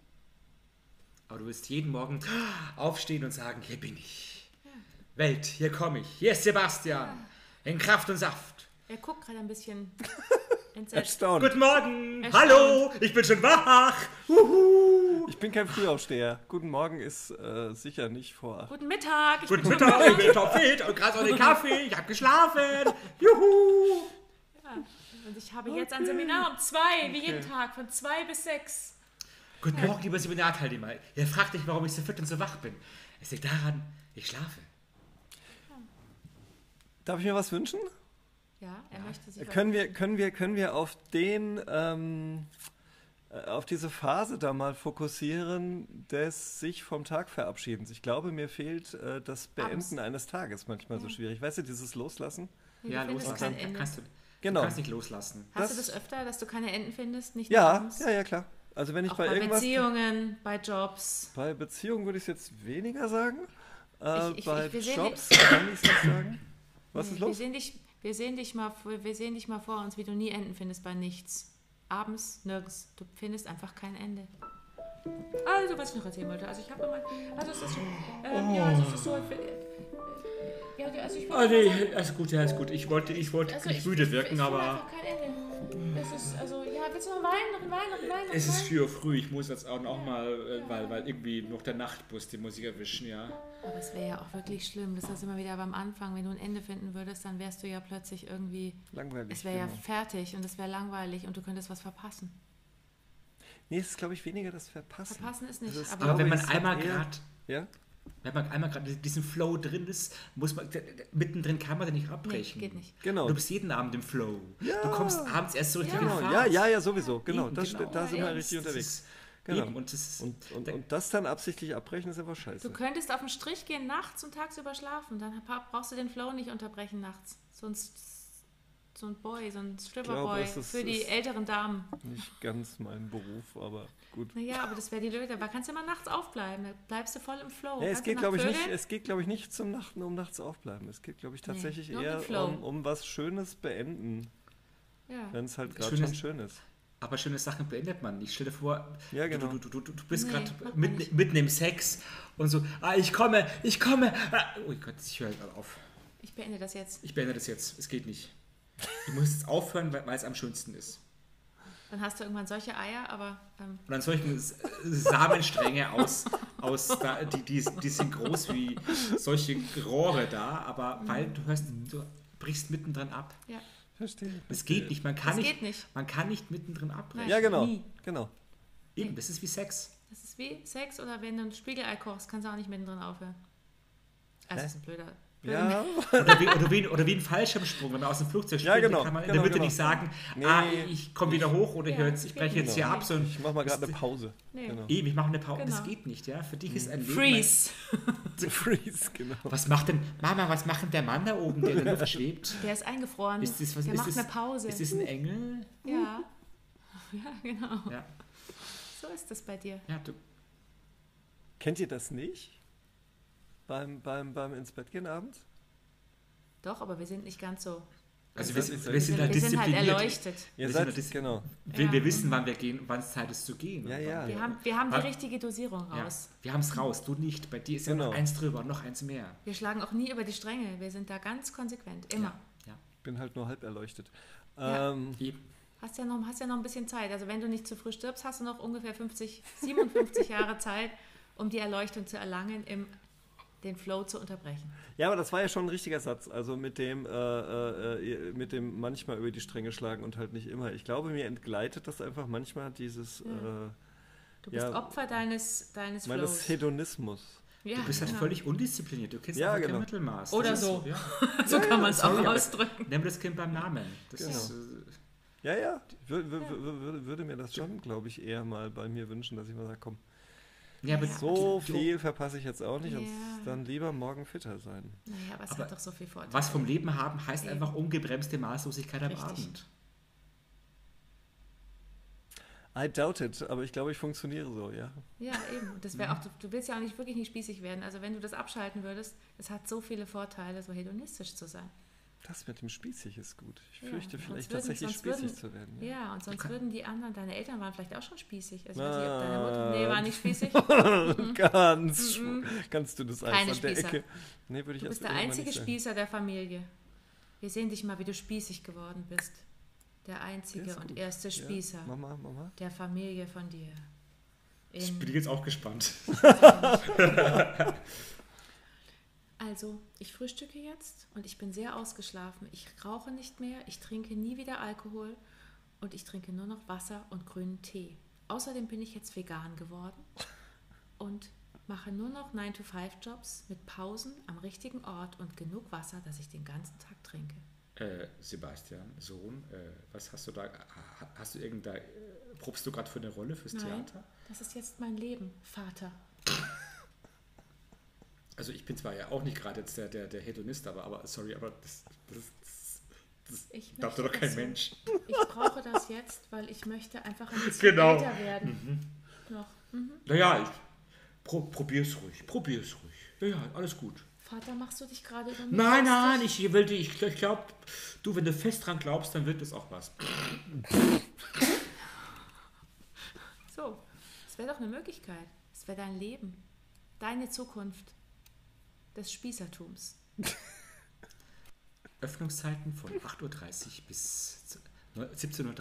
Speaker 4: Aber du wirst jeden Morgen aufstehen und sagen, hier bin ich. Welt, hier komme ich. Hier ist Sebastian. In Kraft und Saft.
Speaker 2: Er guckt gerade ein bisschen entsetzt.
Speaker 3: Erstaunt.
Speaker 4: Guten Morgen.
Speaker 2: Erstaunt.
Speaker 4: Hallo, ich bin schon wach.
Speaker 3: Ich bin kein Frühaufsteher. Guten Morgen ist äh, sicher nicht vor acht.
Speaker 2: Guten Mittag. Ich
Speaker 4: Guten
Speaker 2: bin
Speaker 4: Mittag, ich bin topfit und gerade noch den Kaffee. Ich habe geschlafen. Juhu.
Speaker 2: Und ich habe jetzt ein Seminar um zwei, wie jeden Tag, von zwei bis sechs.
Speaker 4: Guten Morgen, lieber Seminarteilnehmer. Ihr fragt dich, warum ich so fit und so wach bin. Es liegt daran, ich schlafe.
Speaker 3: Darf ich mir was wünschen?
Speaker 2: Ja, er möchte sich.
Speaker 3: Äh, Können wir, können wir, können wir auf den, ähm, äh, auf diese Phase da mal fokussieren, des sich vom Tag verabschiedens. Ich glaube, mir fehlt äh, das Beenden
Speaker 2: Abends.
Speaker 3: eines Tages manchmal so schwierig. Weißt du, dieses Loslassen?
Speaker 2: Nee, du findest kein Ende.
Speaker 4: Kannst du,
Speaker 3: Genau.
Speaker 4: du kannst nicht loslassen.
Speaker 2: Hast du
Speaker 3: Das-
Speaker 2: das öfter, dass du keine Enden findest? Nicht nur
Speaker 3: Ja,
Speaker 2: abends?
Speaker 3: ja, ja, klar. Also wenn ich
Speaker 2: Auch
Speaker 3: bei,
Speaker 2: bei
Speaker 3: irgendwas.
Speaker 2: Beziehungen, bei Jobs.
Speaker 3: Bei Beziehungen würde ich es jetzt weniger sagen. Äh,
Speaker 2: Ich- ich-
Speaker 3: bei
Speaker 2: ich- wir sehen
Speaker 3: Jobs kann ich es nicht sagen. Was
Speaker 2: Nee,
Speaker 3: ist
Speaker 2: Wir
Speaker 3: los?
Speaker 2: sehen, dich, wir, sehen dich mal, vor- wir sehen dich mal vor uns, wie du nie Enden findest bei nichts. Abends, nirgends. Du findest einfach kein Ende. Also, was ich noch erzählen wollte. Also, ich habe mal. Also, es ist schon. Ähm, Ja, also, es ist so. Ich,
Speaker 3: Oh.
Speaker 2: ja, also, ich
Speaker 4: Ah,
Speaker 2: wollte
Speaker 4: nee,
Speaker 2: mal sagen,
Speaker 4: alles gut, ja, alles gut. Ich wollte, ich wollte
Speaker 2: also,
Speaker 4: nicht müde wirken,
Speaker 2: ich, ich
Speaker 4: aber...
Speaker 2: Ich kein Ende. Es ist, also, ja, willst du noch weinen, noch weinen, noch weinen? noch
Speaker 4: Es ist
Speaker 2: weinen?
Speaker 4: 4 Uhr früh, ich muss jetzt auch noch mal, äh, weil, weil irgendwie noch der Nachtbus, den muss ich erwischen, ja.
Speaker 2: Aber es wäre ja auch wirklich schlimm, das ist immer wieder beim Anfang, wenn du ein Ende finden würdest, dann wärst du ja plötzlich irgendwie,
Speaker 3: Langweilig.
Speaker 2: es wäre ja
Speaker 3: genau.
Speaker 2: fertig und es wäre langweilig und du könntest was verpassen.
Speaker 3: Nee, es ist, glaube ich, weniger das Verpassen.
Speaker 2: Verpassen ist nicht,
Speaker 3: Das ist-
Speaker 2: aber
Speaker 4: Aber wenn man
Speaker 3: ich sag
Speaker 4: einmal
Speaker 3: eher-
Speaker 4: gerade
Speaker 3: Ja?
Speaker 4: wenn man einmal gerade in diesem Flow drin ist, muss man mittendrin kann man den nicht abbrechen.
Speaker 2: Nee, geht nicht.
Speaker 3: Genau.
Speaker 4: Du bist jeden Abend im Flow. Du kommst abends erst so richtig in
Speaker 3: Genau.
Speaker 4: Fahrt.
Speaker 3: Ja, ja, ja, sowieso. Genau.
Speaker 4: Eben,
Speaker 3: das, st- Da sind
Speaker 2: Ja,
Speaker 3: wir richtig
Speaker 4: das
Speaker 3: unterwegs.
Speaker 4: Ist,
Speaker 3: Genau.
Speaker 4: Eben, und das ist,
Speaker 3: Und, und,
Speaker 4: da-
Speaker 3: und das dann absichtlich abbrechen, ist einfach
Speaker 2: du
Speaker 3: scheiße.
Speaker 2: könntest auf den Strich gehen nachts und tagsüber schlafen, dann pa- brauchst du den Flow nicht unterbrechen nachts. Sonst so ein Boy, so ein
Speaker 3: glaube,
Speaker 2: Stripperboy
Speaker 3: es ist-
Speaker 2: für die
Speaker 3: es-
Speaker 2: älteren Damen.
Speaker 3: Nicht ganz mein Beruf, aber gut.
Speaker 2: Naja, aber das wäre die Löte. Aber kannst du immer nachts aufbleiben, da bleibst du voll im Flow.
Speaker 3: Ja,
Speaker 2: Kannst
Speaker 3: es
Speaker 2: du
Speaker 3: geht,
Speaker 2: nach
Speaker 3: glaube ich, nicht,
Speaker 2: Vögeln?
Speaker 3: es geht, glaube ich, nicht zum Nachten um nachts aufbleiben. Es geht, glaube ich, tatsächlich
Speaker 2: nur um den
Speaker 3: eher
Speaker 2: Flow.
Speaker 3: um, um was Schönes beenden,
Speaker 2: Ja.
Speaker 3: wenn es halt gerade
Speaker 4: Schönes-
Speaker 3: schon schön ist.
Speaker 4: aber schöne Sachen beendet man nicht. Stell dir vor,
Speaker 3: Ja, genau.
Speaker 4: du, du, du, du, du bist
Speaker 2: Nee,
Speaker 4: gerade
Speaker 2: macht man
Speaker 4: mitten,
Speaker 2: nicht.
Speaker 4: mitten im Sex und so, ah, ich komme, ich komme. Ah, oh Gott, ich höre gerade auf.
Speaker 2: Ich beende das jetzt.
Speaker 4: Ich beende das jetzt. Es geht nicht. Ich muss jetzt aufhören, weil weil es am schönsten ist.
Speaker 2: Dann hast du irgendwann solche Eier, aber ähm,
Speaker 4: Und an solchen S- Samenstränge aus, aus da, die, die, die sind groß wie solche Rohre da, aber weil du hörst, du brichst mittendrin ab.
Speaker 2: ja.
Speaker 3: Verstehe.
Speaker 4: Es geht nicht, man kann
Speaker 2: Das
Speaker 4: nicht,
Speaker 2: geht nicht.
Speaker 4: Man kann nicht mittendrin abbrechen.
Speaker 3: Ja, genau.
Speaker 2: Nie.
Speaker 3: Genau.
Speaker 4: Eben, das ist wie Sex.
Speaker 2: Das ist wie Sex oder wenn du ein Spiegelei kochst, kannst du auch nicht mittendrin aufhören. Also, das ist ein blöder.
Speaker 3: Ja,
Speaker 4: Oder wie, oder, wie, oder wie ein Fallschirmsprung, wenn man aus dem Flugzeug springt,
Speaker 3: genau,
Speaker 4: kann man in
Speaker 3: genau,
Speaker 4: der Mitte
Speaker 3: genau.
Speaker 4: nicht sagen, ah,
Speaker 3: Nee.
Speaker 4: ich komme wieder hoch oder ich,
Speaker 2: Ja,
Speaker 4: hör jetzt, ich
Speaker 2: geht
Speaker 4: breche jetzt
Speaker 2: nicht.
Speaker 4: hier ab. So ein,
Speaker 3: ich mache mal gerade eine Pause.
Speaker 2: Nee.
Speaker 3: Genau.
Speaker 4: Eben, ich mache eine Pause. Das
Speaker 2: Genau. Mhm.
Speaker 4: geht nicht, ja. Für dich ist ein Leben ein-
Speaker 2: Freeze!
Speaker 3: Freeze, genau.
Speaker 4: Was macht denn, Mama, was macht denn der Mann da oben, der in der Luft schwebt?
Speaker 2: Der ist eingefroren.
Speaker 4: Ist das, was,
Speaker 2: der
Speaker 4: ist
Speaker 2: macht
Speaker 4: das,
Speaker 2: eine Pause.
Speaker 4: Ist das ein Engel?
Speaker 2: ja. Ja, genau.
Speaker 4: Ja,
Speaker 2: So ist das bei dir.
Speaker 4: ja du,
Speaker 3: Kennt ihr das nicht? Beim, beim, beim ins Bett gehen abends?
Speaker 2: Doch, aber wir sind nicht ganz so
Speaker 4: Also
Speaker 3: Das
Speaker 4: wir,
Speaker 3: ist
Speaker 4: sind-
Speaker 3: so.
Speaker 4: wir sind halt
Speaker 2: Wir sind halt
Speaker 4: diszipliniert.
Speaker 2: erleuchtet.
Speaker 3: Ihr
Speaker 4: Wir
Speaker 3: seid,
Speaker 4: sind-
Speaker 3: genau.
Speaker 4: Wir,
Speaker 2: Ja.
Speaker 4: wir wissen, wann wir gehen, wann es Zeit ist zu gehen.
Speaker 3: Ja, ja.
Speaker 2: Wir haben, wir haben die
Speaker 4: Was?
Speaker 2: richtige Dosierung
Speaker 4: Ja,
Speaker 2: raus.
Speaker 4: wir haben es raus, du nicht. Bei dir ist ja noch
Speaker 3: Genau.
Speaker 4: eins drüber und noch eins mehr.
Speaker 2: Wir schlagen auch nie über die Stränge. Wir sind da ganz konsequent. Immer.
Speaker 4: Ja.
Speaker 3: Ich bin halt nur halb erleuchtet.
Speaker 2: Ja.
Speaker 3: Ähm,
Speaker 4: Eben.
Speaker 2: Hast ja, noch, hast ja noch ein bisschen Zeit. Also wenn du nicht zu früh stirbst, hast du noch ungefähr 50, 57 Jahre Zeit, um die Erleuchtung zu erlangen, im, den Flow zu unterbrechen.
Speaker 3: ja, aber das war ja schon ein richtiger Satz. Also mit dem, äh, äh, äh, mit dem manchmal über die Stränge schlagen und halt nicht immer. Ich glaube, mir entgleitet das einfach manchmal dieses äh,
Speaker 2: Du bist
Speaker 3: Ja.
Speaker 2: Opfer deines, deines
Speaker 3: meines
Speaker 2: Flows.
Speaker 3: Hedonismus.
Speaker 2: ja,
Speaker 4: Du bist halt
Speaker 2: genau.
Speaker 4: völlig undiszipliniert. Du kennst
Speaker 3: Ja,
Speaker 4: einfach kein
Speaker 3: genau.
Speaker 4: Mittelmaß. Das
Speaker 2: Oder
Speaker 4: ist
Speaker 2: so.
Speaker 4: ja.
Speaker 2: so kann man es auch
Speaker 4: Sorry, aber
Speaker 2: ausdrücken.
Speaker 4: Nimm das Kind beim Namen. Das
Speaker 3: Genau.
Speaker 4: ist, äh,
Speaker 3: Ja, ja. Wür, wür, wür, würde- würde mir das schon, glaube ich, eher mal bei mir wünschen, dass ich mal sage, komm,
Speaker 4: ja, aber
Speaker 3: so
Speaker 4: du-
Speaker 3: viel verpasse ich jetzt auch nicht und
Speaker 2: Ja.
Speaker 3: dann lieber morgen fitter sein.
Speaker 2: Naja, aber es
Speaker 4: Aber
Speaker 2: hat doch so viel Vorteile.
Speaker 4: Was vom Leben haben, heißt
Speaker 2: Eben.
Speaker 4: einfach ungebremste Maßlosigkeit am
Speaker 2: Richtig.
Speaker 4: Abend.
Speaker 3: I doubt it, aber ich glaube, ich funktioniere so, ja.
Speaker 2: Ja, eben. Und Das wäre
Speaker 3: Mhm.
Speaker 2: auch, du, du willst ja auch nicht wirklich nicht spießig werden. Also wenn du das abschalten würdest, es hat so viele Vorteile, so hedonistisch zu sein.
Speaker 3: Das mit dem Spießig ist gut. Ich
Speaker 2: Ja,
Speaker 3: fürchte
Speaker 2: sonst
Speaker 3: vielleicht
Speaker 2: würden-
Speaker 3: tatsächlich
Speaker 2: sonst würden-
Speaker 3: spießig zu werden.
Speaker 2: Ja,
Speaker 3: Ja.
Speaker 2: und sonst
Speaker 4: Okay.
Speaker 2: würden die anderen, deine Eltern waren vielleicht auch schon spießig. Also ich weiß nicht, ob deine
Speaker 3: Ah.
Speaker 2: Mutter, nee, war nicht spießig.
Speaker 3: ganz, schw- ganz dünnes Eis
Speaker 2: Mhm. Keine
Speaker 3: an der
Speaker 2: Spießer.
Speaker 3: Ecke. Nee, würde ich
Speaker 2: Du
Speaker 3: erst
Speaker 2: bist der
Speaker 3: irgendwann
Speaker 2: einzige
Speaker 3: nicht sagen.
Speaker 2: Spießer der Familie. Wir sehen dich mal, wie du spießig geworden bist. Der
Speaker 3: Der
Speaker 2: einzige
Speaker 3: ist
Speaker 2: und
Speaker 3: gut.
Speaker 2: erste Spießer
Speaker 3: Ja. Mama, Mama.
Speaker 2: der Familie von dir.
Speaker 4: Ich
Speaker 2: In,
Speaker 4: bin jetzt auch gespannt.
Speaker 2: also, ich frühstücke jetzt und ich bin sehr ausgeschlafen. Ich rauche nicht mehr, ich trinke nie wieder Alkohol und ich trinke nur noch Wasser und grünen Tee. Außerdem bin ich jetzt vegan geworden und mache nur noch 9-to-5-Jobs mit Pausen am richtigen Ort und genug Wasser, dass ich den ganzen Tag trinke.
Speaker 4: Äh, Sebastian, Sohn, äh, was hast du da? ha- Hast du irgendein. Äh, probst du gerade für eine Rolle fürs
Speaker 2: Nein,
Speaker 4: Theater?
Speaker 2: das ist jetzt mein Leben, Vater.
Speaker 4: Also, ich bin zwar ja auch nicht gerade jetzt der, der, der Hedonist, aber, aber sorry, aber das, das, das, das
Speaker 2: Ich
Speaker 4: darf
Speaker 2: möchte
Speaker 4: doch kein
Speaker 2: das so.
Speaker 4: Mensch.
Speaker 2: Ich brauche das jetzt, weil ich möchte einfach ein bisschen
Speaker 4: Genau. Mhm.
Speaker 2: älter werden. Noch. Hm.
Speaker 4: Naja, ich. Pro, probier's ruhig, probier's ruhig. Ja, ja, alles gut.
Speaker 2: Vater, machst du dich gerade über mich
Speaker 4: Nein, nein,
Speaker 2: lustig?
Speaker 4: ich will die, ich, ich glaube, du, wenn du fest dran glaubst, dann wird das auch was.
Speaker 2: So, es wäre doch eine Möglichkeit. Es wäre dein Leben, deine Zukunft des Spießertums.
Speaker 4: Öffnungszeiten von 8.30 Uhr bis zu- neu- 17.30 Uhr.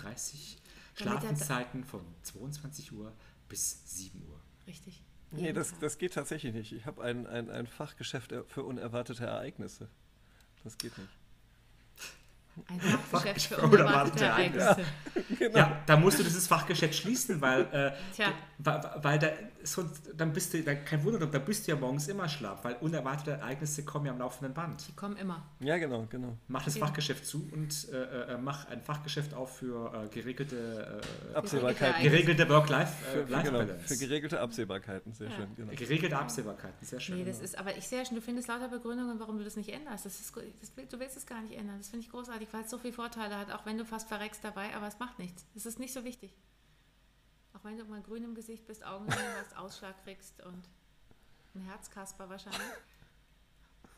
Speaker 2: Damit er-
Speaker 4: Schlafenszeiten von 22 Uhr bis 7 Uhr.
Speaker 2: Richtig.
Speaker 3: Nee,
Speaker 2: Jeden
Speaker 3: das,
Speaker 2: Tag.
Speaker 3: das geht tatsächlich nicht. Ich habe ein, ein, ein Fachgeschäft für unerwartete Ereignisse. Das geht nicht.
Speaker 2: ein Fachgeschäft für
Speaker 4: Oder warte,
Speaker 2: unerwartete Ereignisse.
Speaker 3: Genau.
Speaker 4: Ja, da musst du dieses Fachgeschäft schließen, weil, äh,
Speaker 2: Tja.
Speaker 4: weil, weil da, sonst, dann bist du, dann, kein Wunder, da bist du ja morgens immer schlapp, weil unerwartete Ereignisse kommen ja am laufenden Band.
Speaker 2: Die kommen immer.
Speaker 3: Ja, genau, genau.
Speaker 4: Mach das
Speaker 2: Ja.
Speaker 4: Fachgeschäft zu und äh, äh, mach ein Fachgeschäft auf für äh, geregelte, äh,
Speaker 3: Absehbarkeiten.
Speaker 2: Gereg-
Speaker 4: geregelte Work-Life-Balance.
Speaker 3: Für,
Speaker 4: Äh,
Speaker 3: für, genau,
Speaker 4: Life-Balance.
Speaker 3: für geregelte Absehbarkeiten, sehr
Speaker 2: Ja.
Speaker 3: schön. Genau.
Speaker 4: Geregelte Absehbarkeiten, sehr schön.
Speaker 2: Nee, das ist, aber ich sehe ja schon, du findest lauter Begründungen, warum du das nicht änderst. Das ist, gut. das, will- du willst es gar nicht ändern. Das finde ich großartig, weil es so viele Vorteile hat, auch wenn du fast verreckst dabei, aber es macht nichts. Es ist nicht so wichtig. Auch wenn du mal grün im Gesicht bist, Augenringe hast, Ausschlag kriegst und ein Herzkasper wahrscheinlich.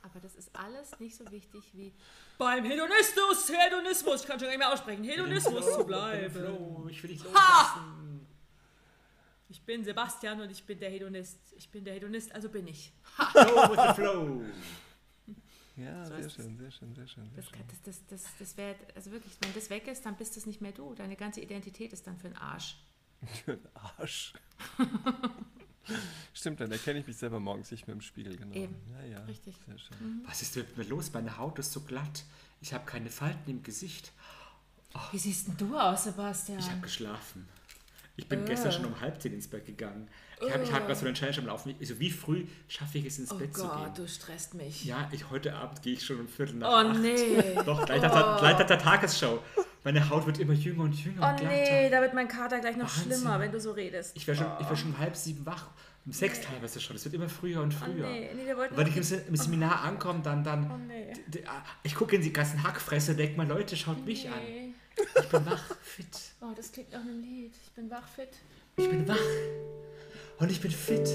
Speaker 2: Aber das ist alles nicht so wichtig wie
Speaker 5: Beim Hedonismus, Hedonismus, ich kann schon gar nicht mehr aussprechen, Hedonismus zu bleiben.
Speaker 4: Flo, ich will dich
Speaker 5: Ich bin Sebastian und ich bin der Hedonist. Ich bin der Hedonist, also bin ich.
Speaker 4: Go with the flow.
Speaker 3: Ja,
Speaker 2: So
Speaker 3: sehr
Speaker 2: ist es.
Speaker 3: schön, sehr schön, sehr schön. Sehr
Speaker 2: Das,
Speaker 3: schön.
Speaker 2: kann- das, das, das, das wäre, also wirklich, wenn das weg ist, dann bist das nicht mehr du. Deine ganze Identität ist dann für den Arsch.
Speaker 3: Arsch. Stimmt, dann erkenne ich mich selber morgens nicht mehr im Spiegel, genau.
Speaker 2: Eben.
Speaker 3: Ja, ja.
Speaker 2: Richtig.
Speaker 3: Sehr schön.
Speaker 4: Was ist mit mir los? Meine Haut ist so glatt. Ich habe keine Falten im Gesicht.
Speaker 2: Wie siehst denn du aus, Sebastian?
Speaker 4: Ich habe geschlafen. Ich bin
Speaker 2: Ah.
Speaker 4: gestern schon um halb zehn ins Bett gegangen. Ich habe ich hab gerade so einen Challenge am Laufen. Also wie früh schaffe ich es ins
Speaker 2: oh
Speaker 4: Bett
Speaker 2: Gott,
Speaker 4: zu gehen?
Speaker 2: du stresst mich.
Speaker 4: Ja, ich, heute Abend gehe ich schon um Viertel nach
Speaker 2: oh
Speaker 4: acht.
Speaker 2: nee. Oh.
Speaker 4: Doch, gleich nach, der, gleich nach der Tagesschau. Meine Haut wird immer jünger und jünger und
Speaker 5: Oh
Speaker 4: glatter.
Speaker 5: nee, da wird mein Kater gleich noch
Speaker 4: Wahnsinn.
Speaker 5: schlimmer, wenn du so redest.
Speaker 4: Ich wäre schon,
Speaker 5: Ah.
Speaker 4: ich wär schon um halb sieben wach. Um sechs teilweise schon. Es wird immer früher und
Speaker 5: Oh
Speaker 4: früher.
Speaker 5: nee, nee, wir wollten
Speaker 4: Und wenn
Speaker 5: doch
Speaker 4: ich im, Se- im Seminar ankomme, dann, dann
Speaker 5: Oh nee.
Speaker 4: d- d- ah, ich gucke in die ganzen Hackfresse und denke mal, Leute, schaut mich an.
Speaker 5: Nee.
Speaker 4: Ich bin wach, fit.
Speaker 5: Oh, das klingt nach einem Lied. Ich bin wachfit.
Speaker 4: Ich bin wach und ich bin fit.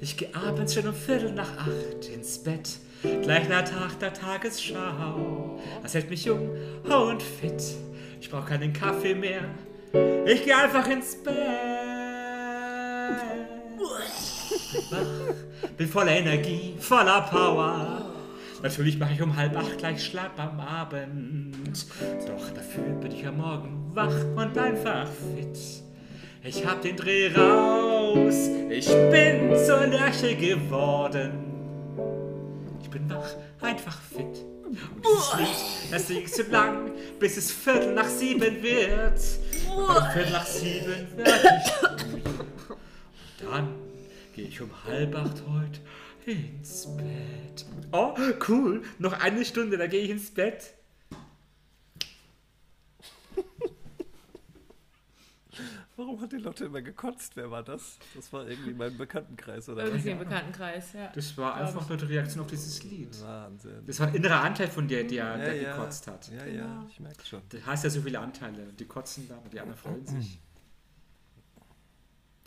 Speaker 4: Ich geh abends schon um Viertel nach acht ins Bett. Gleich nach Tag der Tagesschau. Das hält mich jung und fit. Ich brauch keinen Kaffee mehr. Ich geh einfach ins Bett. Bin Wach, bin voller Energie, voller Power. Natürlich mache ich um halb acht gleich schlapp am Abend. Doch dafür bin ich am Morgen wach und einfach fit. Ich hab den Dreh raus, ich bin zur Lerche geworden. Ich bin wach, einfach fit. Und dieses Lied, das liegt so lang, bis es Viertel nach sieben wird. Und um Viertel nach sieben werd ich ruhig. Und dann gehe ich um halb acht heute ins Bett. Oh, cool. Noch eine Stunde, da gehe ich ins Bett.
Speaker 3: Warum hat die Lotte immer gekotzt? Wer war das? Das war irgendwie mein Bekanntenkreis oder was?
Speaker 2: Irgendwie im Bekanntenkreis, ja.
Speaker 4: Das war einfach nur die Reaktion auf dieses Lied.
Speaker 3: Wahnsinn.
Speaker 4: Das war ein innerer Anteil von dir, der, der gekotzt hat.
Speaker 3: Ja,
Speaker 2: Genau.
Speaker 3: ja, ich merke schon.
Speaker 4: Du hast ja so viele Anteile. Die kotzen da, aber die anderen freuen sich.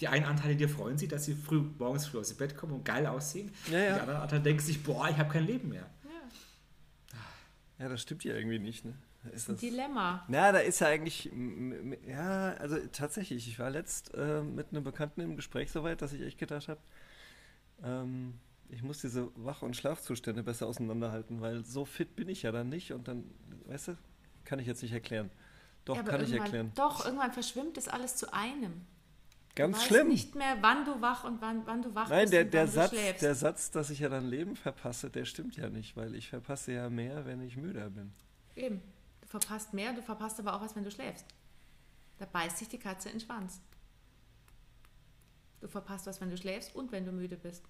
Speaker 4: Die einen Anteile dir freuen sich, dass sie früh, morgens früh aus dem Bett kommen und geil aussehen.
Speaker 3: Ja, ja.
Speaker 4: Die anderen Anteile denken sich, boah, ich habe kein Leben mehr.
Speaker 3: Ja, das stimmt ja irgendwie nicht, ne? Ist
Speaker 2: Ein
Speaker 3: das
Speaker 2: Dilemma.
Speaker 3: Na, da ist ja eigentlich, m- m- ja, also tatsächlich, ich war letzt äh, mit einem Bekannten im Gespräch so weit, dass ich echt gedacht habe, ähm, ich muss diese Wach- und Schlafzustände besser auseinanderhalten, weil so fit bin ich ja dann nicht und dann, weißt du, kann ich jetzt nicht erklären. Doch,
Speaker 2: Ja, aber
Speaker 3: kann ich
Speaker 2: irgendwann-
Speaker 3: erklären.
Speaker 2: Doch, irgendwann verschwimmt das alles zu einem. Du
Speaker 3: Ganz
Speaker 2: weißt
Speaker 3: schlimm.
Speaker 2: nicht mehr, wann du wach und wann, wann du wach
Speaker 3: Nein,
Speaker 2: bist
Speaker 3: der,
Speaker 2: und
Speaker 3: der,
Speaker 2: wann
Speaker 3: Satz,
Speaker 2: du schläfst.
Speaker 3: der Satz, dass ich ja dann Leben verpasse, der stimmt ja nicht, weil ich verpasse ja mehr, wenn ich müder bin.
Speaker 2: Eben. Du verpasst mehr, du verpasst aber auch was, wenn du schläfst. Da beißt sich die Katze in den Schwanz. Du verpasst was, wenn du schläfst und wenn du müde bist.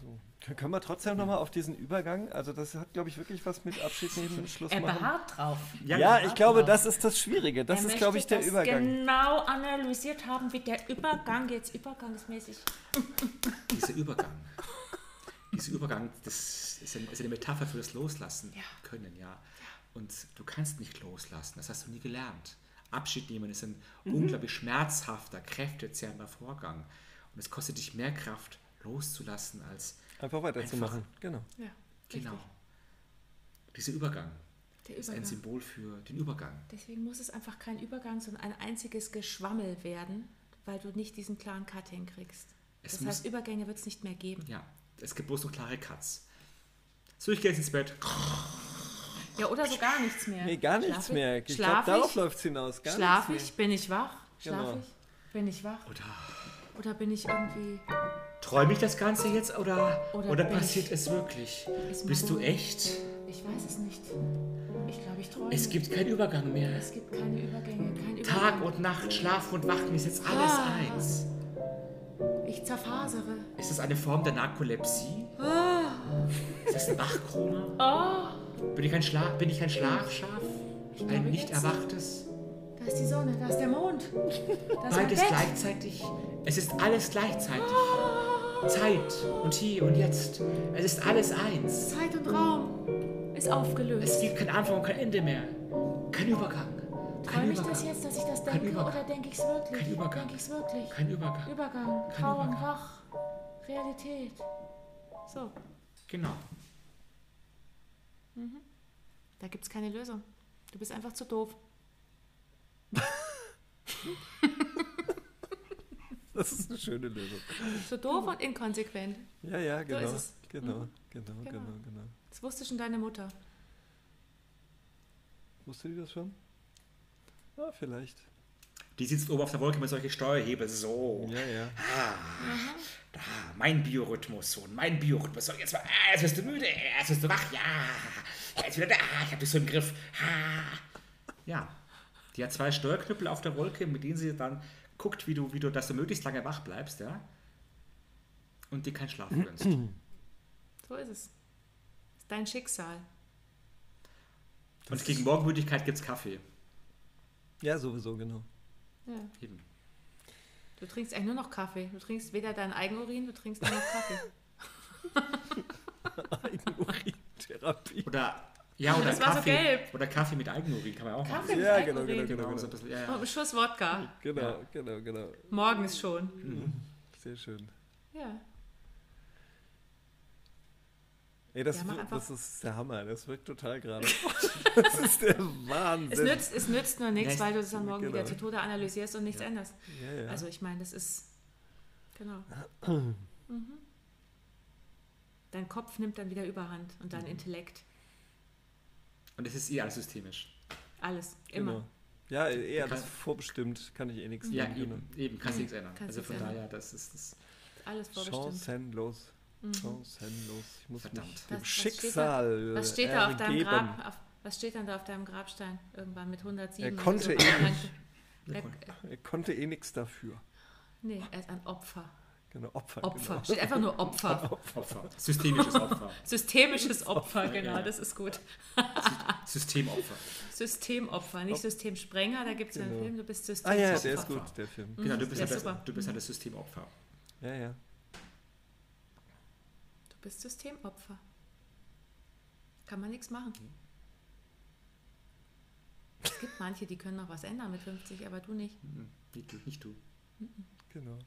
Speaker 3: So. K- Können wir trotzdem nochmal auf diesen Übergang, also das hat, glaube ich, wirklich was mit Abschied nehmen und Schluss
Speaker 5: Er
Speaker 3: machen.
Speaker 5: beharrt drauf.
Speaker 3: Ja, ich glaube, das ist das Schwierige. Das
Speaker 5: Er
Speaker 3: ist,
Speaker 5: möchte
Speaker 3: glaube ich, der
Speaker 5: das
Speaker 3: Übergang.
Speaker 5: genau analysiert haben, wie der Übergang jetzt übergangsmäßig.
Speaker 4: Dieser Übergang. Dieser Übergang, das ist eine, ist eine Metapher für das Loslassen können, ja. Und du kannst nicht loslassen, das hast du nie gelernt. Abschied nehmen ist ein unglaublich schmerzhafter, kräftezehrender Vorgang. Und es kostet dich mehr Kraft, loszulassen, als
Speaker 3: Einfach weiterzumachen. Genau.
Speaker 2: Ja.
Speaker 4: genau. Dieser Übergang
Speaker 2: Der
Speaker 4: ist ein
Speaker 2: Übergang.
Speaker 4: Symbol für den Übergang.
Speaker 2: Deswegen muss es einfach kein Übergang, sondern ein einziges Geschwammel werden, weil du nicht diesen klaren Cut hinkriegst.
Speaker 4: Es
Speaker 2: Das
Speaker 4: muss-
Speaker 2: heißt, Übergänge wird es nicht mehr geben.
Speaker 4: Ja, es gibt bloß noch klare Cuts. So, ich gehe jetzt ins Bett.
Speaker 2: Ja, oder so gar nichts mehr.
Speaker 3: Nee, gar nichts
Speaker 2: Schlaf ich-
Speaker 3: mehr. Ich glaube,
Speaker 2: Schlaf
Speaker 3: darauf
Speaker 2: ich?
Speaker 3: läuft es hinaus. Gar
Speaker 2: Schlaf
Speaker 3: nichts
Speaker 2: ich? Bin ich wach? Schlaf
Speaker 3: Genau.
Speaker 2: ich? Bin ich wach?
Speaker 4: Oder
Speaker 2: Oder bin ich um. irgendwie...
Speaker 4: träume ich das Ganze jetzt oder, oder,
Speaker 2: Oder bin
Speaker 4: passiert
Speaker 2: ich-
Speaker 4: es wirklich?
Speaker 2: Ist
Speaker 4: Bist du
Speaker 2: mein-
Speaker 4: echt?
Speaker 2: Ich weiß es nicht. Ich glaube, ich träume.
Speaker 4: Es gibt keinen Übergang mehr.
Speaker 2: Es gibt keine Übergänge, kein Übergang.
Speaker 4: Tag und Nacht, Schlaf und Wachen ist jetzt alles
Speaker 2: Ah.
Speaker 4: eins.
Speaker 2: Ich zerfasere.
Speaker 4: Ist das eine Form der Narkolepsie?
Speaker 2: Ah.
Speaker 4: Ist das ein Wachkoma? Bin ich ein Schlaf? Bin ich ein Schlafschaf? Ein
Speaker 2: glaube
Speaker 4: nicht
Speaker 2: jetzt.
Speaker 4: erwachtes?
Speaker 2: Da ist die Sonne, da ist der Mond. Da ist mein
Speaker 4: Beides
Speaker 2: Bett.
Speaker 4: gleichzeitig. Es ist alles gleichzeitig.
Speaker 2: Ah.
Speaker 4: Zeit und hier und jetzt. Es ist alles eins.
Speaker 2: Zeit und Raum ist
Speaker 4: Es
Speaker 2: aufgelöst.
Speaker 4: gibt keinen Anfang und kein Ende mehr. Kein Übergang. Kein
Speaker 2: Träume ich
Speaker 4: Übergang.
Speaker 2: das jetzt, dass ich das
Speaker 4: Kein
Speaker 2: denke
Speaker 4: Übergang.
Speaker 2: oder denke ich es wirklich?
Speaker 4: Kein Übergang.
Speaker 2: Denke ich es wirklich?
Speaker 4: Kein Übergang.
Speaker 2: Übergang,
Speaker 4: Kein
Speaker 2: Traum,
Speaker 4: Übergang.
Speaker 2: Wach, Realität. So,
Speaker 4: Genau.
Speaker 2: da gibt es keine Lösung. Du bist einfach zu doof.
Speaker 3: Das ist eine schöne Lösung.
Speaker 2: Zu doof und inkonsequent.
Speaker 3: Ja, ja, genau.
Speaker 2: ist es.
Speaker 3: genau, genau, genau, genau,
Speaker 2: Genau. Das wusste schon deine Mutter.
Speaker 3: Wusste die das schon? Ja, vielleicht.
Speaker 4: Die sitzt oben auf der Wolke mit solchen Steuerhebel. So.
Speaker 3: Ja, ja.
Speaker 4: Ah, mein Biorhythmus, Sohn, mein Biorhythmus. So, jetzt, mal, ah, jetzt bist du müde, ah, jetzt bist du wach, ja. Ja, Jetzt wieder da, ah, ich hab dich so im Griff. Ah. Ja, die hat zwei Steuerknüppel auf der Wolke, mit denen sie dann guckt, wie du, wie du, dass du möglichst lange wach bleibst, ja. Und dir keinen Schlaf gönnst.
Speaker 2: So ist es. Ist dein Schicksal.
Speaker 4: Und gegen Morgenmüdigkeit gibt's Kaffee.
Speaker 3: Ja, sowieso, genau.
Speaker 2: Ja.
Speaker 4: Eben.
Speaker 2: Du trinkst eigentlich nur noch Kaffee. Du trinkst weder deinen Eigenurin, du trinkst nur noch Kaffee.
Speaker 3: Eigenurintherapie.
Speaker 4: Oder, ja, oder
Speaker 2: Das war so
Speaker 4: Kaffee.
Speaker 2: gelb.
Speaker 4: oder Kaffee mit Eigenurin kann man auch machen.
Speaker 2: Kaffee mit
Speaker 3: Ja, genau,
Speaker 2: Eigenurin.
Speaker 3: genau,
Speaker 4: Genau, so ein bisschen, ja, ja.
Speaker 3: Hm.
Speaker 2: Und ein Schuss Wodka.
Speaker 3: Genau, genau, genau.
Speaker 2: Morgens schon.
Speaker 3: Sehr schön.
Speaker 2: Ja.
Speaker 3: Ey, das,
Speaker 2: Ja, mach
Speaker 3: wir-
Speaker 2: einfach-
Speaker 3: das ist der Hammer. Das wirkt total gerade. das ist der
Speaker 2: Es
Speaker 3: Wahnsinn.
Speaker 2: nützt, es nützt nur nichts,
Speaker 4: Nichts.
Speaker 2: weil du das dann morgen
Speaker 3: Genau.
Speaker 2: wieder zu Tode analysierst und nichts änderst.
Speaker 3: ja, ja.
Speaker 2: Also ich meine, das ist. Genau. Mhm. Dein Kopf nimmt dann wieder Überhand und
Speaker 3: Mhm.
Speaker 2: dein Intellekt. Oh.
Speaker 4: Und es ist eh alles systemisch.
Speaker 2: Alles. Immer. Also
Speaker 3: Genau. Ja, eher das
Speaker 4: Kann-
Speaker 3: vorbestimmt kann ich eh nichts
Speaker 4: Ja, genau.
Speaker 3: tun,
Speaker 4: eben, eben, kannst nichts ändern.
Speaker 2: Mhm. Kannst
Speaker 4: also
Speaker 2: nichts
Speaker 4: von
Speaker 2: ändern.
Speaker 4: daher, das ist das.
Speaker 2: Alles
Speaker 3: genau.
Speaker 2: vorbestimmt. Mhm.
Speaker 3: Chancenlos. Chancenlos. Ich muss
Speaker 4: Verdammt.
Speaker 3: mich
Speaker 2: Was-
Speaker 3: dem
Speaker 2: was steht da-
Speaker 3: Schicksal
Speaker 2: Was steht da auf deinem
Speaker 3: äh, ergeben.
Speaker 2: Grab? Auf, was steht dann da auf deinem Grabstein? Irgendwann mit 107.
Speaker 3: Er
Speaker 2: oder
Speaker 3: konnte
Speaker 2: so.
Speaker 3: eh
Speaker 2: Er,
Speaker 3: Er konnte eh nichts dafür.
Speaker 2: nee, er ist ein Opfer.
Speaker 3: Genau, Opfer.
Speaker 2: Opfer.
Speaker 3: Genau.
Speaker 2: Steht einfach nur Opfer.
Speaker 4: Opfer. Systemisches Opfer.
Speaker 2: Systemisches Opfer, genau,
Speaker 4: ja.
Speaker 2: das ist gut.
Speaker 4: Systemopfer.
Speaker 2: Systemopfer, nicht Systemsprenger, da gibt es ja einen
Speaker 3: Genau.
Speaker 2: Film, du bist
Speaker 3: Ah
Speaker 2: Systemopfer.
Speaker 3: ja, der ist
Speaker 4: Opfer.
Speaker 3: gut, der Film.
Speaker 4: Genau, du bist,
Speaker 2: Ja,
Speaker 4: ja, das,
Speaker 2: super. Mhm.
Speaker 4: du bist ja das Systemopfer.
Speaker 3: Ja, ja.
Speaker 2: Du bist Systemopfer. Kann man nichts machen.
Speaker 3: Mhm.
Speaker 2: Es gibt manche, die können noch was ändern mit 50, aber du nicht.
Speaker 4: Mhm. Nicht du. Nicht du.
Speaker 3: Genau.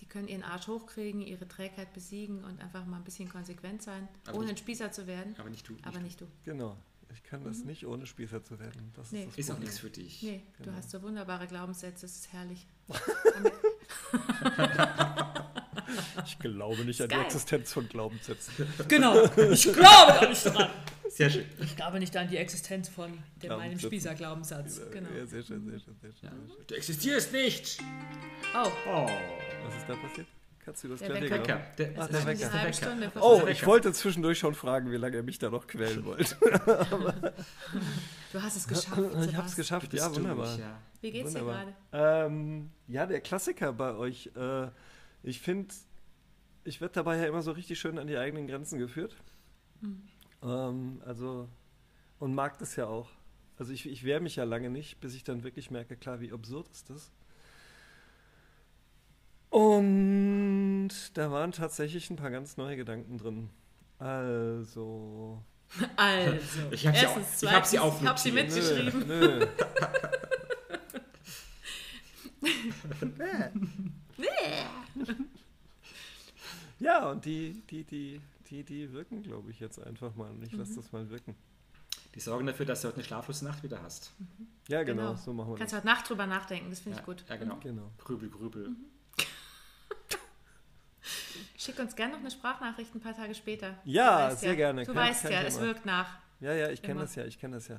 Speaker 2: Die können ihren Arsch hochkriegen, ihre Trägheit besiegen und einfach mal ein bisschen konsequent sein,
Speaker 4: Aber
Speaker 2: ohne
Speaker 4: nicht-
Speaker 2: ein Spießer zu werden.
Speaker 4: Aber nicht du. Nicht
Speaker 2: Aber
Speaker 4: du.
Speaker 2: nicht du.
Speaker 3: Genau. Ich kann das nicht ohne Spießer zu werden. Das
Speaker 2: Mhm. Nee.
Speaker 3: ist das
Speaker 4: Ist auch
Speaker 3: Problem.
Speaker 4: nichts für dich.
Speaker 2: Nee, du
Speaker 3: Genau.
Speaker 2: hast so wunderbare Glaubenssätze, es ist herrlich.
Speaker 3: Ich glaube nicht an die
Speaker 2: Geil.
Speaker 3: Existenz von Glaubenssätzen.
Speaker 5: Genau. Ich glaube da nicht dran.
Speaker 4: Sehr schön.
Speaker 5: Ich glaube nicht an die Existenz von dem, meinem
Speaker 3: Glaubenssätzen.
Speaker 5: Spießer-Glaubenssatz. Genau.
Speaker 3: Ja, sehr schön, sehr schön, sehr schön.
Speaker 4: Ja. Du existierst nicht!
Speaker 2: Oh,
Speaker 4: Oh.
Speaker 3: Was ist da passiert? Kannst du das
Speaker 2: Der
Speaker 3: gleich
Speaker 2: Wecker.
Speaker 3: erklären?
Speaker 4: Wecker. Der,
Speaker 3: Ach,
Speaker 4: das
Speaker 3: der
Speaker 4: ist
Speaker 2: eine
Speaker 3: Wecker.
Speaker 4: der
Speaker 2: halbe
Speaker 4: Wecker.
Speaker 2: Stunde.
Speaker 4: Das
Speaker 3: Oh,
Speaker 4: ist der
Speaker 3: ich
Speaker 4: Wecker.
Speaker 3: wollte zwischendurch schon fragen, wie lange er mich da noch quälen wollte.
Speaker 2: du hast es geschafft.
Speaker 3: Ich hab's
Speaker 2: Sebastian.
Speaker 3: geschafft,
Speaker 4: Bist
Speaker 3: ja,
Speaker 4: du
Speaker 3: wunderbar.
Speaker 4: nicht, ja.
Speaker 2: Wie geht's dir
Speaker 3: Wunderbar.
Speaker 2: gerade?
Speaker 3: Ähm, ja, der Klassiker bei euch. Äh, ich finde, ich werde dabei ja immer so richtig schön an die eigenen Grenzen geführt.
Speaker 2: Hm.
Speaker 3: Ähm, also, und mag das ja auch. Also ich, ich wehre mich ja lange nicht, bis ich dann wirklich merke, klar, wie absurd ist das. Und da waren tatsächlich ein paar ganz neue Gedanken drin. Also,
Speaker 2: Also,
Speaker 4: Ich hab sie auch-
Speaker 2: erstens,
Speaker 4: ich hab sie
Speaker 2: zweitens, ich hab sie
Speaker 4: aufnotiert.
Speaker 2: mitgeschrieben.
Speaker 3: Nö, nö. ja, und die, die, die, die, die wirken, glaube ich, jetzt einfach mal. Und ich
Speaker 2: Mhm.
Speaker 3: lasse das mal wirken.
Speaker 4: Die sorgen dafür, dass du heute eine schlaflose Nacht wieder hast.
Speaker 3: Ja, genau, so machen wir
Speaker 2: Kannst
Speaker 3: das.
Speaker 2: heute Nacht drüber nachdenken, das finde
Speaker 4: ja,
Speaker 2: ich gut.
Speaker 4: Ja, genau.
Speaker 3: Genau.
Speaker 4: Grübel, grübel.
Speaker 2: Schick uns gerne noch eine Sprachnachricht ein paar Tage später.
Speaker 3: Ja,
Speaker 2: Du weißt
Speaker 3: sehr gerne.
Speaker 2: Du
Speaker 3: Kein-
Speaker 2: weißt
Speaker 3: kein
Speaker 2: ja,
Speaker 3: Thema.
Speaker 2: es wirkt nach.
Speaker 3: Ja, ja, ich kenne
Speaker 2: Immer. Mhm,
Speaker 3: das ja, ich kenne das ja.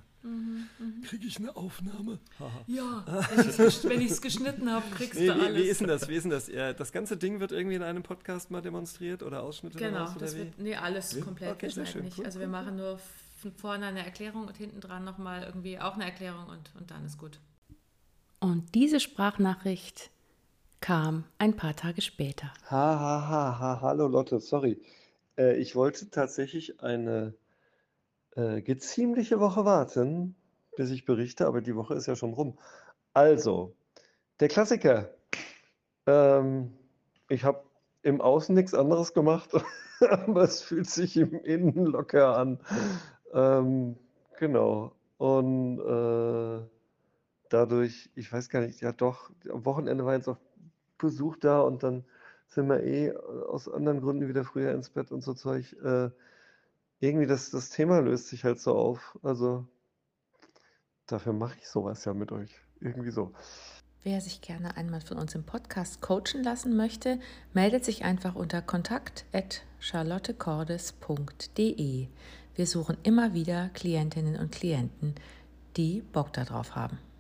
Speaker 3: Kriege ich eine Aufnahme? Haha.
Speaker 1: Oh,
Speaker 2: Ja, wenn ich es geschnitten habe, kriegst
Speaker 3: Nee,
Speaker 2: du
Speaker 3: wie,
Speaker 2: alles.
Speaker 3: wie ist denn das? Wie ist denn das? Ja, das ganze Ding wird irgendwie in einem Podcast mal demonstriert oder Ausschnitte
Speaker 2: genau,
Speaker 3: daraus, oder
Speaker 2: das
Speaker 3: wie?
Speaker 2: wird nee, alles komplett.
Speaker 3: Okay,
Speaker 2: wir
Speaker 3: sehr
Speaker 2: schneiden
Speaker 3: schön,
Speaker 2: nicht.
Speaker 3: cool,
Speaker 2: also wir machen nur f- vorne eine Erklärung und hinten dran nochmal irgendwie auch eine Erklärung und, und dann ist gut.
Speaker 1: Und diese Sprachnachricht kam ein paar Tage später.
Speaker 3: Ha, ha, ha, ha, hallo Lotte, sorry. Äh, ich wollte tatsächlich eine äh, geziemliche Woche warten, bis ich berichte, aber die Woche ist ja schon rum. Also, der Klassiker. Ähm, ich habe im Außen nichts anderes gemacht, aber es fühlt sich im Innen locker an. Ähm, genau. Und äh, dadurch, ich weiß gar nicht, ja doch, am Wochenende war jetzt auch Besuch da und dann sind wir eh aus anderen Gründen wieder früher ins Bett und so Zeug. Äh, irgendwie das, das Thema löst sich halt so auf. Also dafür mache ich sowas ja mit euch. Irgendwie so.
Speaker 1: Wer sich gerne einmal von uns im Podcast coachen lassen möchte, meldet sich einfach unter kontakt.charlottecordes.de. Wir suchen immer wieder Klientinnen und Klienten, die Bock darauf haben.